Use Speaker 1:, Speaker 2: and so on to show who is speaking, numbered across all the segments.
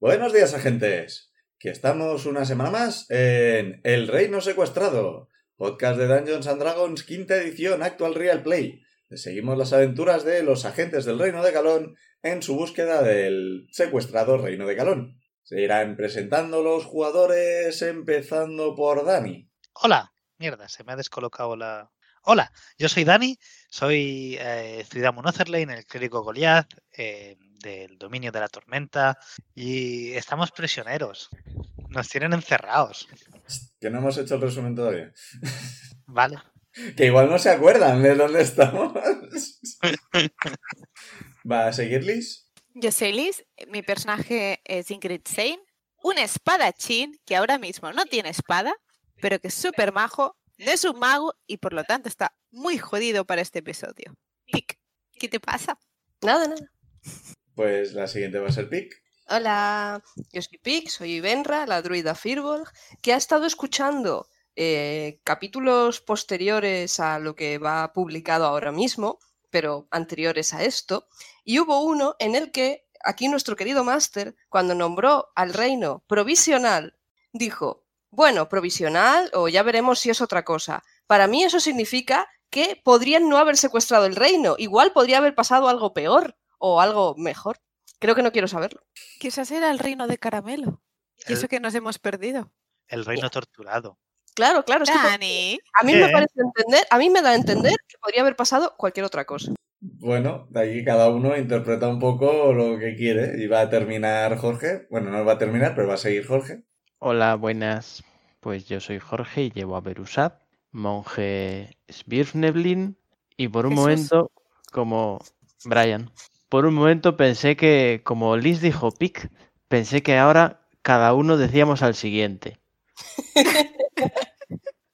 Speaker 1: Buenos días, agentes. Que estamos una semana más en El Reino Secuestrado, podcast de Dungeons and Dragons, quinta edición, actual Real Play. Seguimos las aventuras de los agentes del Reino de Galón en su búsqueda del secuestrado Reino de Galón. Se irán presentando los jugadores, empezando por Dani.
Speaker 2: Hola, mierda, se me ha descolocado la. Hola, yo soy Dani, soy eh, Ciudad Monotherlane, el clérigo Goliath, eh, del dominio de la tormenta y estamos prisioneros. Nos tienen encerrados.
Speaker 1: Que no hemos hecho el resumen todavía.
Speaker 2: Vale.
Speaker 1: Que igual no se acuerdan de dónde estamos. ¿Va a seguir Liz?
Speaker 3: Yo soy Liz, eh, mi personaje es Ingrid Sein, un espadachín que ahora mismo no tiene espada, pero que es súper majo, no es un mago y por lo tanto está muy jodido para este episodio. Pic, ¿qué te pasa?
Speaker 4: Nada, nada.
Speaker 1: Pues la siguiente va a ser Pic.
Speaker 4: Hola, yo soy Pic, soy Benra, la druida Firbolg, que ha estado escuchando eh, capítulos posteriores a lo que va publicado ahora mismo, pero anteriores a esto, y hubo uno en el que aquí nuestro querido máster, cuando nombró al reino provisional, dijo, bueno, provisional o ya veremos si es otra cosa. Para mí eso significa que podrían no haber secuestrado el reino, igual podría haber pasado algo peor o algo mejor. Creo que no quiero saberlo.
Speaker 3: Quizás era el reino de caramelo. Y
Speaker 2: Eh.
Speaker 3: eso que nos hemos perdido.
Speaker 2: El reino torturado.
Speaker 4: Claro,
Speaker 3: Pues
Speaker 4: claro. es que
Speaker 3: Dani,
Speaker 4: a mí me
Speaker 2: ¿Qué?
Speaker 4: parece entender, a mí me da a entender que podría haber pasado cualquier otra cosa.
Speaker 1: Bueno, de aquí cada uno interpreta un poco lo que quiere. Y va a terminar Jorge. Bueno, no va a terminar, pero va a seguir Jorge.
Speaker 5: Hola, buenas. Pues yo soy Jorge y llevo a Berusad, monje Svirfneblin, y por un
Speaker 3: Jesús.
Speaker 5: momento, como Brian, por un momento pensé que, como Liz dijo Pic, pensé que ahora cada uno decíamos al siguiente.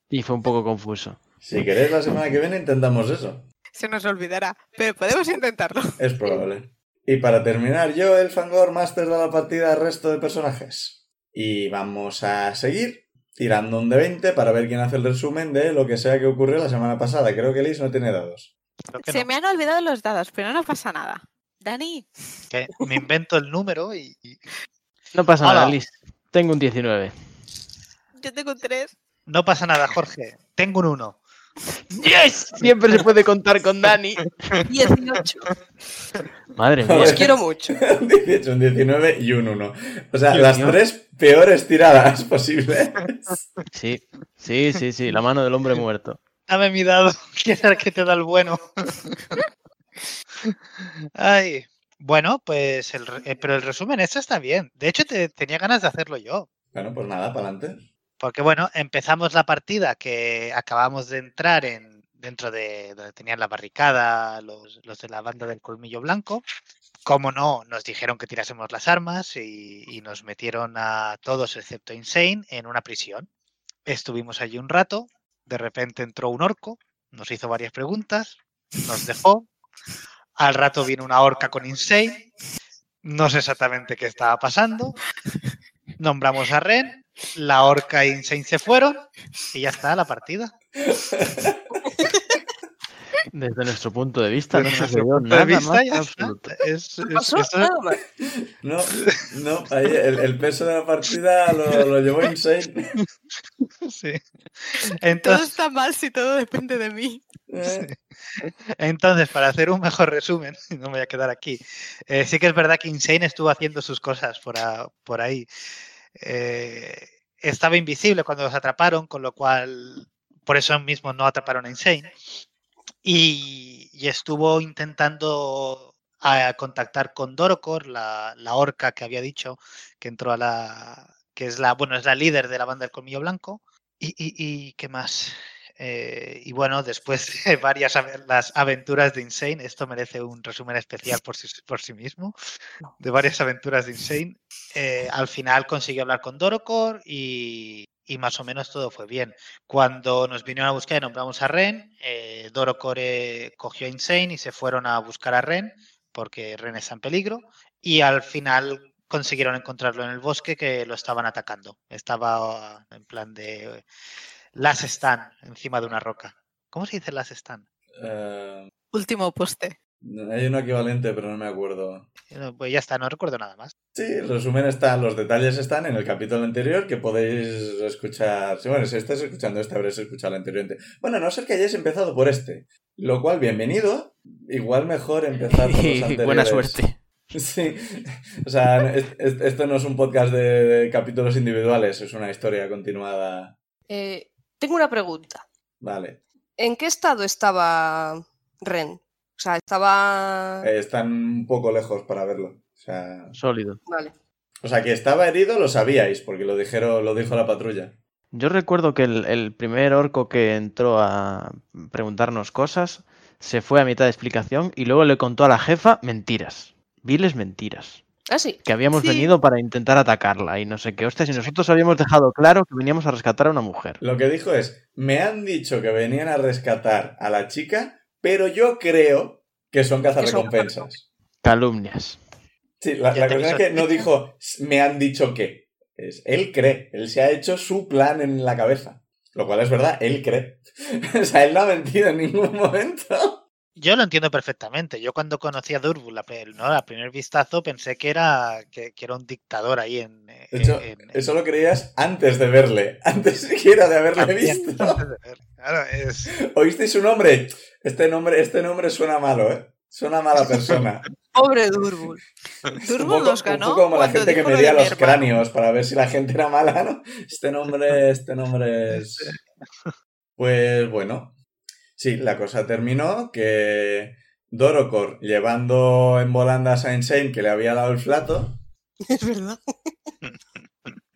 Speaker 5: Y fue un poco confuso.
Speaker 1: Si queréis, la semana que viene intentamos eso.
Speaker 3: se nos olvidará, pero podemos intentarlo.
Speaker 1: Es probable. Y para terminar, yo, el Fangor, máster de la partida, resto de personajes. Y vamos a seguir tirando un de 20 para ver quién hace el resumen de lo que sea que ocurrió la semana pasada. Creo que Liz no tiene dados.
Speaker 2: Creo que
Speaker 3: Se
Speaker 2: no,
Speaker 3: me han olvidado los dados, pero no pasa nada. Dani,
Speaker 2: que me invento el número y, y-
Speaker 5: No pasa nada,
Speaker 2: Hola.
Speaker 5: Liz. Tengo un 19.
Speaker 3: yo tengo un tres.
Speaker 2: no pasa nada, Jorge. Tengo un uno.
Speaker 5: ¡Yes! Siempre se puede contar con Dani.
Speaker 4: 18.
Speaker 5: Madre
Speaker 1: A
Speaker 5: mía.
Speaker 4: Os
Speaker 1: ver.
Speaker 4: quiero mucho.
Speaker 1: Un 18, un 19 y un 1. O sea,
Speaker 5: Dios
Speaker 1: las
Speaker 5: mío.
Speaker 1: tres peores tiradas posibles.
Speaker 5: Sí, sí, sí, sí. La mano del hombre muerto.
Speaker 2: Dame mi dado, que es el que te da el bueno. Ay. Bueno, pues el, re- eh, pero el resumen este está bien. De hecho, te- tenía ganas de hacerlo yo.
Speaker 1: Bueno, pues nada, para adelante.
Speaker 2: Porque bueno, empezamos la partida que acabamos de entrar en dentro de donde tenían la barricada los, los de la banda del colmillo blanco. Como no, nos dijeron que tirásemos las armas y, y nos metieron a todos, excepto Insane, en una prisión. Estuvimos allí un rato, de repente entró un orco, nos hizo varias preguntas, nos dejó. Al rato vino una orca con Insane, no sé exactamente qué estaba pasando. Nombramos a Ren, la orca y Insane se fueron y ya está la partida.
Speaker 5: Desde nuestro punto de vista,
Speaker 2: Desde
Speaker 5: no
Speaker 2: nuestro
Speaker 5: sucedió
Speaker 2: punto de
Speaker 5: nada
Speaker 2: vista, ya
Speaker 5: más
Speaker 2: está.
Speaker 5: absoluto.
Speaker 2: Es- es-
Speaker 4: Pasó Ah.
Speaker 2: es-
Speaker 4: nada más.
Speaker 1: No, no, ahí el, el peso de la partida lo, lo llevó Insane.
Speaker 2: sí.
Speaker 3: Todo
Speaker 2: Entonces,
Speaker 3: está mal si todo depende de mí.
Speaker 1: Eh,
Speaker 2: entonces, para hacer un mejor resumen, no me voy a quedar aquí. eh, sí que es verdad que Insane estuvo haciendo sus cosas por, a- por ahí. Eh, estaba invisible cuando los atraparon, con lo cual por eso mismo no atraparon a Insane. Y, y estuvo intentando a contactar con Dorocor, la, la orca que había dicho, que entró a la. que es la, bueno, es la líder de la banda del Colmillo Blanco. Y, y- y qué más. Eh, y bueno, después de varias ave- las aventuras de Insane, esto merece un resumen especial por sí, por sí mismo, de varias aventuras de Insane, eh, al final consiguió hablar con Dorocor y, y más o menos todo fue bien. Cuando nos vinieron a buscar y nombramos a Ren, eh, Dorocor eh, cogió a Insane y se fueron a buscar a Ren porque Ren está en peligro y al final consiguieron encontrarlo en el bosque que lo estaban atacando. Estaba en plan de las están encima de una roca. ¿Cómo se dice las están?
Speaker 1: Eh,
Speaker 3: Último poste.
Speaker 1: hay un equivalente, pero no me acuerdo.
Speaker 2: Eh, Pues ya está, no recuerdo nada más.
Speaker 1: Sí, el resumen está, los detalles están en el capítulo anterior que podéis escuchar. Sí, bueno, si estáis escuchando este, habréis escuchado el anterior. Bueno, a no ser que hayáis empezado por este. Lo cual, bienvenido. Igual mejor empezar por los
Speaker 6: Y
Speaker 1: anteriores.
Speaker 6: buena suerte.
Speaker 1: Sí, o sea, es- es- esto no es un podcast de, de capítulos individuales, es una historia continuada.
Speaker 4: Eh, tengo una pregunta.
Speaker 1: Vale.
Speaker 4: ¿En qué estado estaba Ren? O sea, estaba...
Speaker 1: Eh, están un poco lejos para verlo. O sea,
Speaker 5: Sólido.
Speaker 4: Vale.
Speaker 1: o sea, que estaba herido lo sabíais, porque lo, dijeron, lo dijo la patrulla.
Speaker 5: Yo recuerdo que el, el primer orco que entró a preguntarnos cosas se fue a mitad de explicación y luego le contó a la jefa mentiras. Viles mentiras.
Speaker 4: Ah, sí.
Speaker 5: Que habíamos
Speaker 3: Sí.
Speaker 5: venido para intentar atacarla y no sé qué. Hostias, y nosotros habíamos dejado claro que veníamos a rescatar a una mujer.
Speaker 1: Lo que dijo es, me han dicho que venían a rescatar a la chica, pero yo creo que son cazarrecompensas.
Speaker 5: Calumnias.
Speaker 1: Sí, la,
Speaker 2: Ya
Speaker 1: la
Speaker 2: te
Speaker 1: cosa es
Speaker 2: aviso.
Speaker 1: que no dijo, "S- me han dicho que. Es, él cree, él se ha hecho su plan en la cabeza. Lo cual es verdad, él cree. o sea, él no ha mentido en ningún momento.
Speaker 2: Yo lo entiendo perfectamente. Yo cuando conocí a Durbul, la, pe- ¿no? la primer vistazo pensé que era, que, que era un dictador ahí en... en-
Speaker 1: De hecho,
Speaker 2: en- en-
Speaker 1: Eso lo creías antes de verle, antes siquiera de haberle
Speaker 2: también.
Speaker 1: visto.
Speaker 2: Claro, es-
Speaker 1: ¿Oísteis su nombre? Este nombre, este nombre suena malo, ¿eh? Suena mala persona.
Speaker 4: Pobre Durbul.
Speaker 3: Turbo
Speaker 1: un poco,
Speaker 3: nos ganó
Speaker 1: un poco como la
Speaker 3: cuando
Speaker 1: gente que
Speaker 3: dijo lo de
Speaker 1: medía
Speaker 3: mi
Speaker 1: los
Speaker 3: hermano.
Speaker 1: cráneos para ver si la gente era mala, ¿no? Este nombre, este nombre es. Pues bueno. Sí, la cosa terminó que Dorocor, llevando en volandas a Insane, que le había dado el flato,
Speaker 4: Es verdad.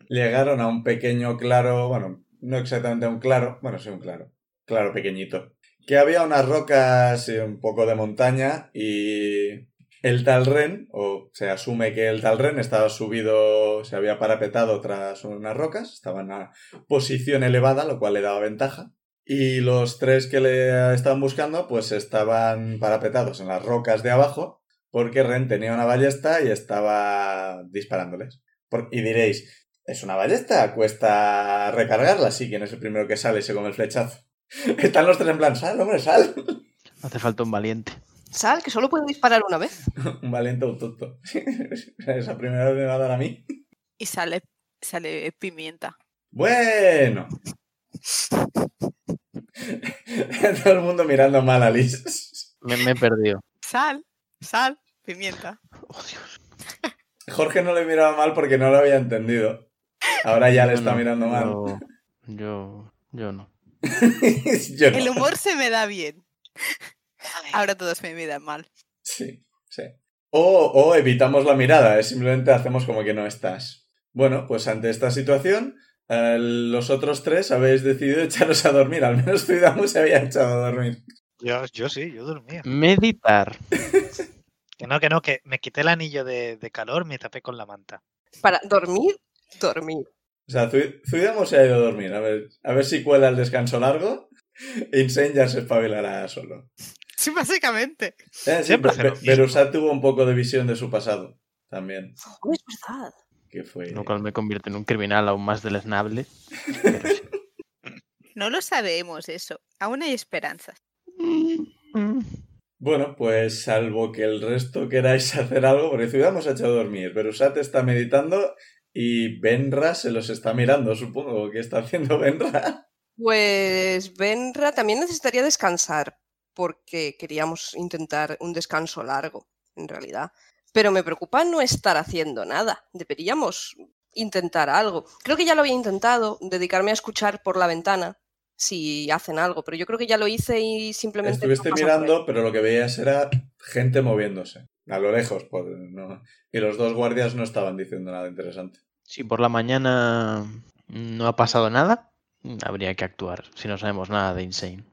Speaker 1: llegaron a un pequeño claro, bueno, no exactamente a un claro, bueno, sí, un claro, claro pequeñito, que había unas rocas y un poco de montaña y el tal Ren, o se asume que el tal Ren estaba subido, se había parapetado tras unas rocas, estaba en una posición elevada, lo cual le daba ventaja. Y los tres que le estaban buscando, pues estaban parapetados en las rocas de abajo, porque Ren tenía una ballesta y estaba disparándoles. Por- y diréis, es una ballesta, cuesta recargarla, sí, quien es el primero que sale y se come el flechazo. Están los tres en plan, sal, hombre, sal.
Speaker 5: Hace falta un valiente.
Speaker 4: Sal, que solo puede disparar una vez.
Speaker 1: Un valiente autóctono. Esa primera vez me va a dar a mí.
Speaker 3: Y sale, sale pimienta.
Speaker 1: Bueno. Todo el mundo mirando mal a Liz.
Speaker 5: Me, me he perdido.
Speaker 3: Sal, sal, pimienta.
Speaker 5: Oh, Dios.
Speaker 1: Jorge no le miraba mal porque no lo había entendido. Ahora ya le
Speaker 5: Yo
Speaker 1: está
Speaker 5: no,
Speaker 1: mirando mal.
Speaker 5: Yo, yo, yo no.
Speaker 1: Yo no.
Speaker 3: El humor se me da bien.
Speaker 4: Ay.
Speaker 3: Ahora todos me miran mal.
Speaker 1: Sí, sí. O, o evitamos la mirada, ¿eh? simplemente hacemos como que no estás. Bueno, pues ante esta situación, eh, los otros tres habéis decidido echaros a dormir. Al menos Zuidamu se había echado a dormir.
Speaker 2: yo, yo sí, yo dormía.
Speaker 5: Mm. Meditar.
Speaker 2: Que no, que no, que me quité el anillo de, de calor, me tapé con la manta.
Speaker 4: Para dormir, dormir.
Speaker 1: O sea, Zui- Zuidamu se ha ido a dormir. A ver, a ver si cuela el descanso largo. Insane ya se espabilará solo.
Speaker 3: Sí, básicamente.
Speaker 1: Eh, sí,
Speaker 2: Siempre
Speaker 1: Be-
Speaker 2: hace lo
Speaker 1: Be-
Speaker 2: mismo.
Speaker 1: Berusat tuvo un poco de visión de su pasado también.
Speaker 4: No es verdad.
Speaker 1: Que fue...
Speaker 5: Lo cual me convierte en un criminal aún más deleznable. pero sí.
Speaker 3: No lo sabemos eso. Aún hay esperanzas.
Speaker 1: Bueno, pues salvo que el resto queráis hacer algo, porque Ciudad se ha hecho dormir, Berusat está meditando y Benra se los está mirando, supongo que está haciendo Benra.
Speaker 4: Pues Benra también necesitaría descansar, porque queríamos intentar un descanso largo, en realidad. Pero me preocupa no estar haciendo nada. Deberíamos intentar algo. Creo que ya lo había intentado, dedicarme a escuchar por la ventana si hacen algo, pero yo creo que ya lo hice y simplemente... no
Speaker 1: Estuviste
Speaker 4: pasa por ahí.
Speaker 1: mirando, pero lo que veías era gente moviéndose, a lo lejos, por- no- y los dos guardias no estaban diciendo nada interesante.
Speaker 5: Si por la mañana no ha pasado nada, mm, habría que actuar si no sabemos nada de Insane.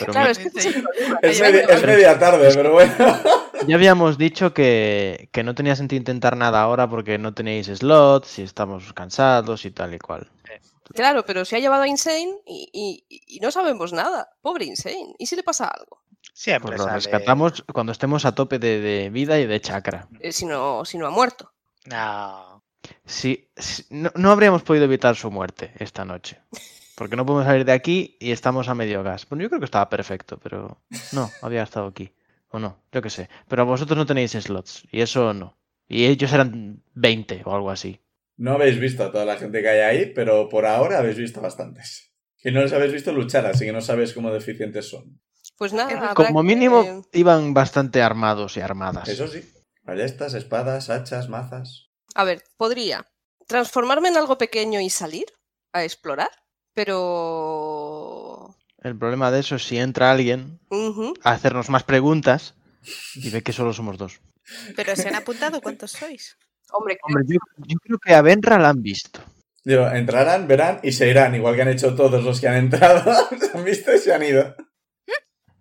Speaker 5: Pero
Speaker 4: Claro,
Speaker 5: mira,
Speaker 4: es que ese es el problema, que
Speaker 1: Es
Speaker 4: ya
Speaker 1: media,
Speaker 4: lleva-
Speaker 1: es media tarde, pero bueno.
Speaker 5: ya habíamos dicho que, que no tenía sentido intentar nada ahora porque no teníais slots y estamos cansados y tal y cual.
Speaker 4: Claro, pero se ha llevado a Insane y, y- y- y no sabemos nada. Pobre Insane. ¿Y si le pasa algo?
Speaker 2: Siempre
Speaker 5: Pues lo
Speaker 2: sale-
Speaker 5: rescatamos cuando estemos a tope de, de vida y de chakra.
Speaker 4: Eh, si, no, si no ha muerto.
Speaker 2: No.
Speaker 5: Si, si- no, no habríamos podido evitar su muerte esta noche. Porque no podemos salir de aquí y estamos a medio gas. Bueno, yo creo que estaba perfecto, pero no, había estado aquí. O no, yo qué sé. Pero vosotros no tenéis slots, y eso no. Y ellos eran 20 o algo así.
Speaker 1: No habéis visto a toda la gente que hay ahí, pero por ahora habéis visto bastantes. Y no les habéis visto luchar, así que no sabéis cómo deficientes son.
Speaker 4: Pues nada, habrá
Speaker 5: Como
Speaker 4: que-
Speaker 5: mínimo iban bastante armados y armadas.
Speaker 1: Eso sí. Ballestas, espadas, hachas, mazas.
Speaker 4: A ver, podría transformarme en algo pequeño y salir a explorar, pero...
Speaker 5: El problema de eso es si entra alguien
Speaker 4: Ujú.
Speaker 5: a hacernos más preguntas y ve que solo somos dos.
Speaker 3: Pero se han apuntado cuántos sois.
Speaker 4: Hombre,
Speaker 5: Hombre, yo, yo creo que a Benra la han visto.
Speaker 1: Digo, entrarán, verán y se irán, igual que han hecho todos los que han entrado. se han visto y se han ido.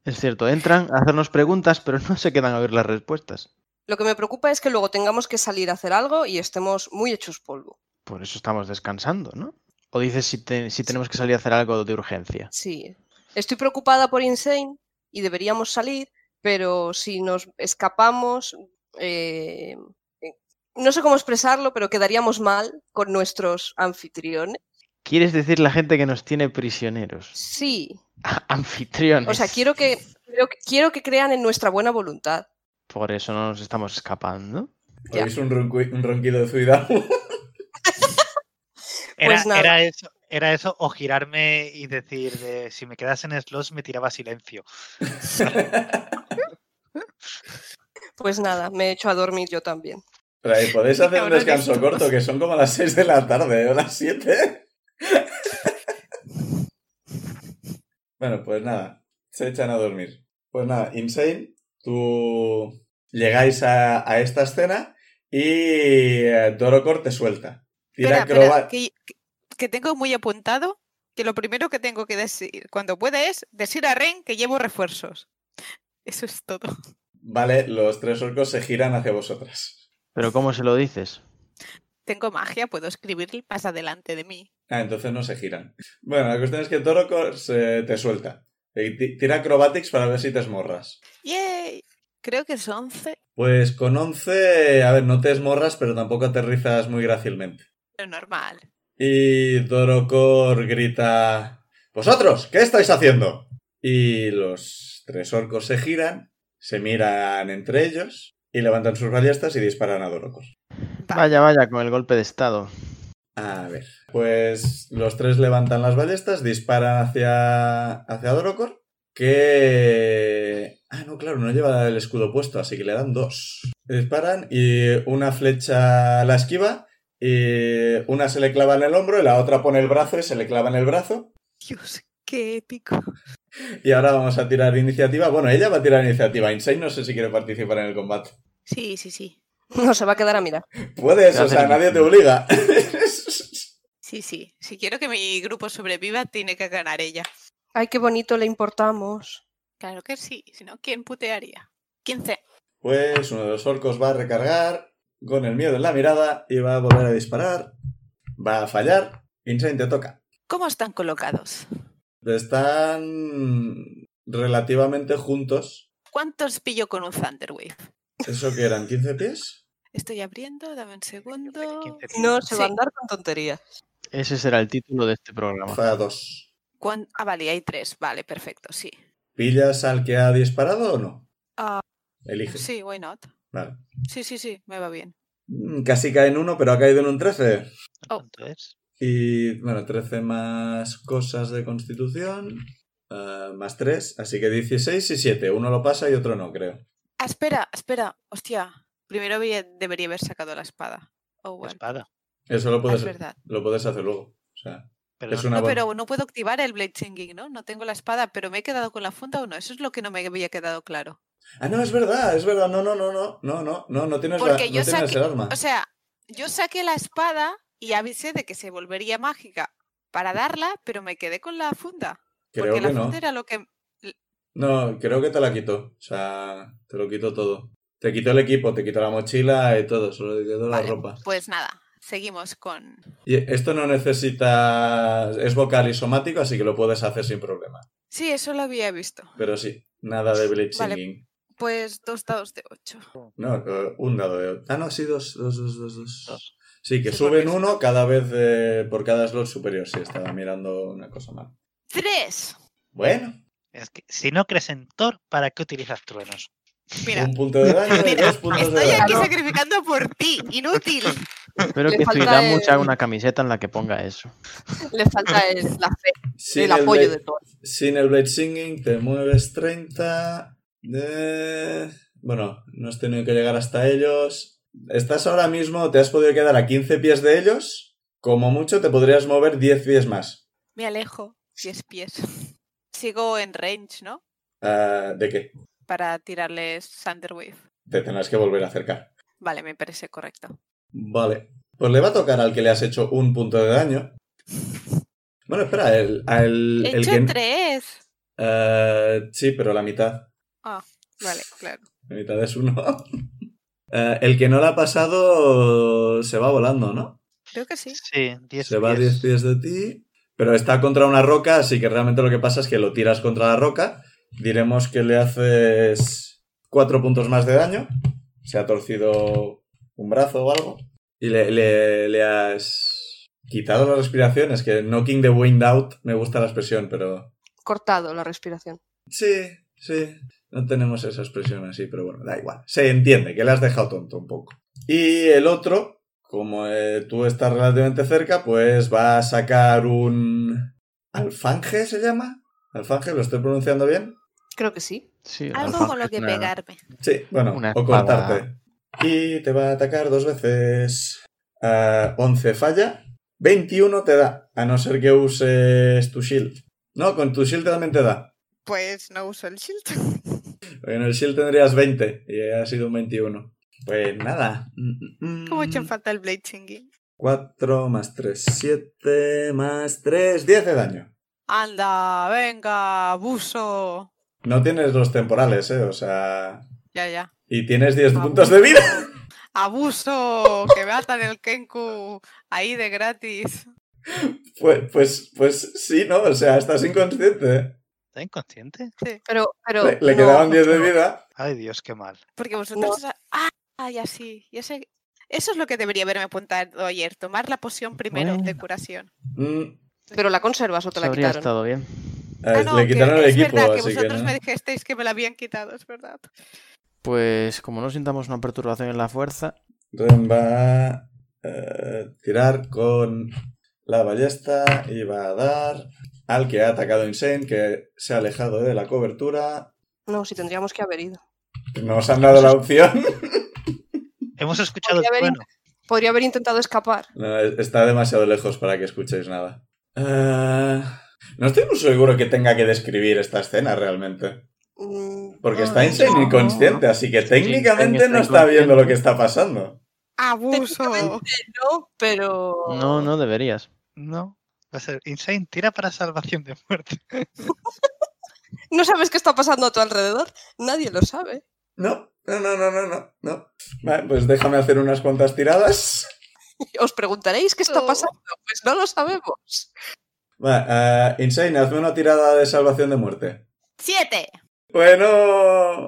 Speaker 5: Es cierto, entran a hacernos preguntas, pero no se quedan a oír las respuestas.
Speaker 4: lo que me preocupa es que luego tengamos que salir a hacer algo y estemos muy hechos polvo.
Speaker 5: Por eso estamos descansando, ¿no? O dices si, te- si tenemos que salir a hacer algo de urgencia.
Speaker 4: Sí. Estoy preocupada por Insane y deberíamos salir, pero si nos escapamos... eh, eh, No sé cómo expresarlo, pero quedaríamos mal con nuestros anfitriones.
Speaker 5: ¿Quieres decir la gente que nos tiene prisioneros?
Speaker 4: Sí.
Speaker 5: A- Anfitriones.
Speaker 4: O sea, quiero que, quiero que- quiero que crean en nuestra buena voluntad.
Speaker 5: Por eso no nos estamos escapando.
Speaker 4: Ya.
Speaker 1: ¿Oís un, ronqui- un ronquido de Zuidamu?
Speaker 2: Era,
Speaker 4: nada.
Speaker 2: era eso, era eso o girarme y decir de, si me quedas en slots me tiraba silencio.
Speaker 4: Pues nada, me he hecho a dormir yo también.
Speaker 1: Pero ahí podéis hacer un
Speaker 3: Cabrones
Speaker 1: descanso
Speaker 3: todos.
Speaker 1: corto, que son como las 6 de la tarde o las 7. bueno, pues nada, se echan a dormir. Pues nada, Insane, tú llegáis a, a esta escena y eh, Dorocor te suelta. Tira
Speaker 3: Espera, espera,
Speaker 1: acroba-
Speaker 3: que, que tengo muy apuntado que lo primero que tengo que decir cuando pueda es decir a Ren que llevo refuerzos. Eso es todo.
Speaker 1: Vale, los tres orcos se giran hacia vosotras.
Speaker 5: Pero ¿cómo se lo dices?
Speaker 3: Tengo magia, puedo escribir más adelante de mí.
Speaker 1: Ah, entonces no se giran. Bueno, la cuestión es que Dorocor se- te suelta. Y ti- Tira acrobatics para ver si te esmorras.
Speaker 3: ¡Yay! Creo que es 11.
Speaker 1: Pues con 11, a ver, no te esmorras, pero tampoco aterrizas muy grácilmente.
Speaker 3: Lo normal.
Speaker 1: Y Dorocor grita, ¡Vosotros! ¿Qué estáis haciendo? Y los tres orcos se giran, se miran entre ellos y levantan sus ballestas y disparan a Dorocor.
Speaker 3: Va.
Speaker 5: Vaya, vaya, con el golpe de estado.
Speaker 1: A ver, pues los tres levantan las ballestas, disparan hacia, hacia Dorocor, que... Ah, no, claro, no lleva el escudo puesto, así que le dan dos. Disparan y una flecha la esquiva, y una se le clava en el hombro y la otra pone el brazo y se le clava en el brazo.
Speaker 3: Dios, qué épico.
Speaker 1: Y ahora vamos a tirar iniciativa. Bueno, ella va a tirar iniciativa. Insane no sé si quiere participar en el combate.
Speaker 3: Sí, sí, sí.
Speaker 4: No se va a quedar a mirar.
Speaker 1: Puedes,
Speaker 5: Se
Speaker 1: o
Speaker 5: hace
Speaker 1: sea,
Speaker 5: el
Speaker 1: nadie te
Speaker 5: mismo.
Speaker 1: obliga.
Speaker 3: Sí, sí. Si quiero que mi grupo sobreviva, tiene que ganar ella.
Speaker 4: Ay, qué bonito le importamos.
Speaker 3: Claro que sí. Si no, ¿quién putearía? 15.
Speaker 1: Pues uno de los orcos va a recargar con el miedo en la mirada y va a volver a disparar. Va a fallar. Insane te toca.
Speaker 3: ¿Cómo están colocados?
Speaker 1: Están relativamente juntos.
Speaker 3: ¿Cuántos pillo con un Thunderwave?
Speaker 1: ¿Eso que eran? ¿15 pies?
Speaker 3: Estoy abriendo, dame un segundo.
Speaker 2: 15 tiros.
Speaker 4: No se va a
Speaker 3: Sí.
Speaker 4: andar con tonterías.
Speaker 5: Ese será el título de este programa.
Speaker 1: Fue a dos.
Speaker 3: ¿Cuán- Ah, vale, hay tres. Vale, perfecto, sí.
Speaker 1: ¿Pillas al que ha disparado o no?
Speaker 3: Ah,
Speaker 1: Elige.
Speaker 3: sí, why not?
Speaker 1: Vale.
Speaker 3: Sí, sí, sí, me va bien.
Speaker 1: Mm, Casi cae en uno, pero ha caído en un 13.
Speaker 3: Oh,
Speaker 2: ¿Cuánto es?
Speaker 1: Y bueno, 13 más cosas de constitución. ah, más 3. Así que 16 y 7. Uno lo pasa y otro no, creo.
Speaker 3: Ah, espera, espera, hostia. Primero había- debería haber sacado la espada. Oh,
Speaker 2: La
Speaker 3: bueno.
Speaker 2: espada.
Speaker 1: Eso lo
Speaker 3: Ah,
Speaker 1: puedes
Speaker 3: Es verdad.
Speaker 1: Lo puedes hacer luego. O sea,
Speaker 2: Perdón.
Speaker 1: es una
Speaker 3: No,
Speaker 1: buena-
Speaker 3: pero no puedo activar el Blade Singing, ¿no? No tengo la espada, pero me he quedado con la funda o no. Eso es lo que no me había quedado claro.
Speaker 1: Ah, no, es verdad, es verdad. No, no, no, no, no, no, no, no tienes, la,
Speaker 3: Porque
Speaker 1: no
Speaker 3: yo
Speaker 1: tienes
Speaker 3: saqué-
Speaker 1: el arma.
Speaker 3: O sea, yo saqué la espada y avisé de que se volvería mágica para darla, pero me quedé con la funda.
Speaker 1: Creo
Speaker 3: porque
Speaker 1: que
Speaker 3: la
Speaker 1: no.
Speaker 3: funda era lo que.
Speaker 1: No, creo que te la quitó. O sea, te lo quitó todo. Te quitó el equipo, te quitó la mochila y todo, solo te quitó
Speaker 3: Vale,
Speaker 1: la ropa.
Speaker 3: Pues nada, seguimos con.
Speaker 1: Y esto no necesita. Es vocal y somático, así que lo puedes hacer sin problema.
Speaker 3: Sí, eso lo había visto.
Speaker 1: Pero sí, nada de bleed
Speaker 3: Vale.
Speaker 1: singing.
Speaker 3: Pues dos dados de ocho.
Speaker 1: No, eh, un dado de. Ah, no, sí, dos, dos, dos, dos. dos.
Speaker 2: Dos.
Speaker 1: Sí, que
Speaker 3: Sí,
Speaker 1: suben
Speaker 3: porque-
Speaker 1: uno cada vez eh, por cada slot superior. Sí, estaba mirando una cosa mal.
Speaker 3: ¡Tres!
Speaker 1: Bueno,
Speaker 2: Es que si no crees en Thor, ¿para qué utilizas truenos?
Speaker 3: Mira,
Speaker 1: un punto de daño y
Speaker 3: Mira,
Speaker 1: dos puntos de
Speaker 3: estoy
Speaker 1: daño.
Speaker 3: aquí
Speaker 4: Claro.
Speaker 3: sacrificando por ti, inútil.
Speaker 5: Espero
Speaker 4: Le
Speaker 5: que
Speaker 4: falta
Speaker 5: Ciudad
Speaker 4: el-
Speaker 5: mucha una camiseta en la que ponga eso.
Speaker 4: Le falta el, la fe,
Speaker 1: Sin
Speaker 4: el apoyo
Speaker 1: bleed-
Speaker 4: de todo.
Speaker 1: Sin el Blade Singing te mueves 30. eh, Bueno, no has tenido que llegar hasta ellos. Estás ahora mismo, te has podido quedar a 15 pies de ellos. Como mucho te podrías mover 10 pies más.
Speaker 3: Me alejo diez pies. Sigo en range, ¿no?
Speaker 1: Ah, ¿De qué?
Speaker 3: Para tirarles Thunderwave.
Speaker 1: Te tendrás que volver a acercar.
Speaker 3: Vale, me parece correcto.
Speaker 1: Vale. Pues le va a tocar al que le has hecho un punto de daño. Bueno, espera, el, al
Speaker 3: He
Speaker 1: el
Speaker 3: hecho
Speaker 1: que...
Speaker 3: tres.
Speaker 1: Ah, sí, pero la mitad.
Speaker 3: Vale, claro.
Speaker 1: La mitad es uno. Ah, el que no le ha pasado se va volando, ¿no?
Speaker 3: Creo que sí.
Speaker 2: Sí, 10
Speaker 1: Se va a 10
Speaker 2: pies.
Speaker 1: pies de ti. Pero está contra una roca, así que realmente lo que pasa es que lo tiras contra la roca. Diremos que le haces 4 puntos más de daño. Se ha torcido un brazo o algo. Y le, le- le has quitado las respiraciones, que knocking the wind out me gusta la expresión, pero...
Speaker 4: Cortado la respiración.
Speaker 1: Sí, sí. No tenemos esa expresión así, pero bueno, da igual. Se entiende que le has dejado tonto un poco. Y el otro, como eh, tú estás relativamente cerca, pues va a sacar un... ¿Alfange se llama? ¿Alfange? ¿Lo estoy pronunciando bien?
Speaker 4: Creo que sí.
Speaker 5: Sí,
Speaker 3: Algo
Speaker 5: alfanje
Speaker 3: con lo
Speaker 5: es
Speaker 3: que
Speaker 5: una-
Speaker 3: pegarme.
Speaker 1: Sí, bueno,
Speaker 5: Una
Speaker 1: o
Speaker 5: espada.
Speaker 1: cortarte. Y te va a atacar dos veces. Ah, 11 falla. 21 te da, a no ser que uses tu shield. No, con tu shield también te da.
Speaker 3: Pues no uso el shield.
Speaker 1: En el shield tendrías 20 y ha sido un 21. Pues nada. Mm, mm,
Speaker 3: ¿Cómo he hecho
Speaker 1: mm.
Speaker 3: falta el Blade Singing?
Speaker 1: 4 más 3, 7 más 3, 10 de daño.
Speaker 3: Anda, venga, abuso.
Speaker 1: No tienes los temporales, ¿eh? O sea...
Speaker 3: Ya, ya.
Speaker 1: Y tienes 10
Speaker 3: Ah,
Speaker 1: puntos de vida.
Speaker 3: Abuso, que me atan el Kenku ahí de gratis.
Speaker 1: Pues, pues, pues sí, ¿no? O sea, estás inconsciente.
Speaker 2: ¿Está inconsciente?
Speaker 4: Pero, pero
Speaker 1: Le, le
Speaker 4: no,
Speaker 1: quedaban 10 de vida.
Speaker 2: Ay, Dios, qué mal.
Speaker 3: Porque vosotros. Ah, ah, ya sí, ya sé. Eso es lo que debería haberme apuntado ayer, tomar la poción primero de
Speaker 5: Bueno.
Speaker 3: curación.
Speaker 1: Mm,
Speaker 4: pero la conservas o te
Speaker 5: Eso
Speaker 4: la
Speaker 5: habría
Speaker 4: quitaron.
Speaker 5: estado bien.
Speaker 1: eh,
Speaker 3: Ah, no,
Speaker 1: le
Speaker 3: que
Speaker 1: quitaron el
Speaker 3: es
Speaker 1: equipo,
Speaker 3: verdad que
Speaker 1: así
Speaker 3: vosotros
Speaker 1: que... no.
Speaker 3: me dijisteis que me la habían quitado, es verdad.
Speaker 5: Pues como no sintamos una perturbación en la fuerza,
Speaker 1: Ren va a eh, tirar con la ballesta y va a dar al que ha atacado Insane, que se ha alejado de la cobertura.
Speaker 4: No, si tendríamos que haber ido.
Speaker 1: Nos han dado la opción.
Speaker 2: Hemos escuchado el
Speaker 4: Podría haber
Speaker 2: trueno.
Speaker 4: Podría haber intentado escapar.
Speaker 1: No, es- está demasiado lejos para que escuchéis nada. Eh, no estoy muy seguro que tenga que describir esta escena realmente.
Speaker 4: Mm,
Speaker 1: Porque
Speaker 4: no,
Speaker 1: está Insane
Speaker 4: no.
Speaker 1: inconsciente, así que técnicamente
Speaker 5: está
Speaker 1: no está viendo lo
Speaker 5: inconsciente.
Speaker 1: que está pasando.
Speaker 3: Abuso.
Speaker 4: Técnicamente no, pero.
Speaker 5: no, no deberías.
Speaker 2: No. Va a ser Insane, tira para salvación de muerte.
Speaker 4: No sabes qué está pasando a tu alrededor. Nadie lo sabe.
Speaker 1: No, no, no, no, no, no. no. Vale, pues déjame hacer unas cuantas tiradas.
Speaker 4: Os preguntaréis qué está
Speaker 3: No.
Speaker 4: pasando. Pues no lo sabemos.
Speaker 1: Vale, eh, Insane, hazme una tirada de salvación de muerte.
Speaker 3: Siete.
Speaker 1: Bueno.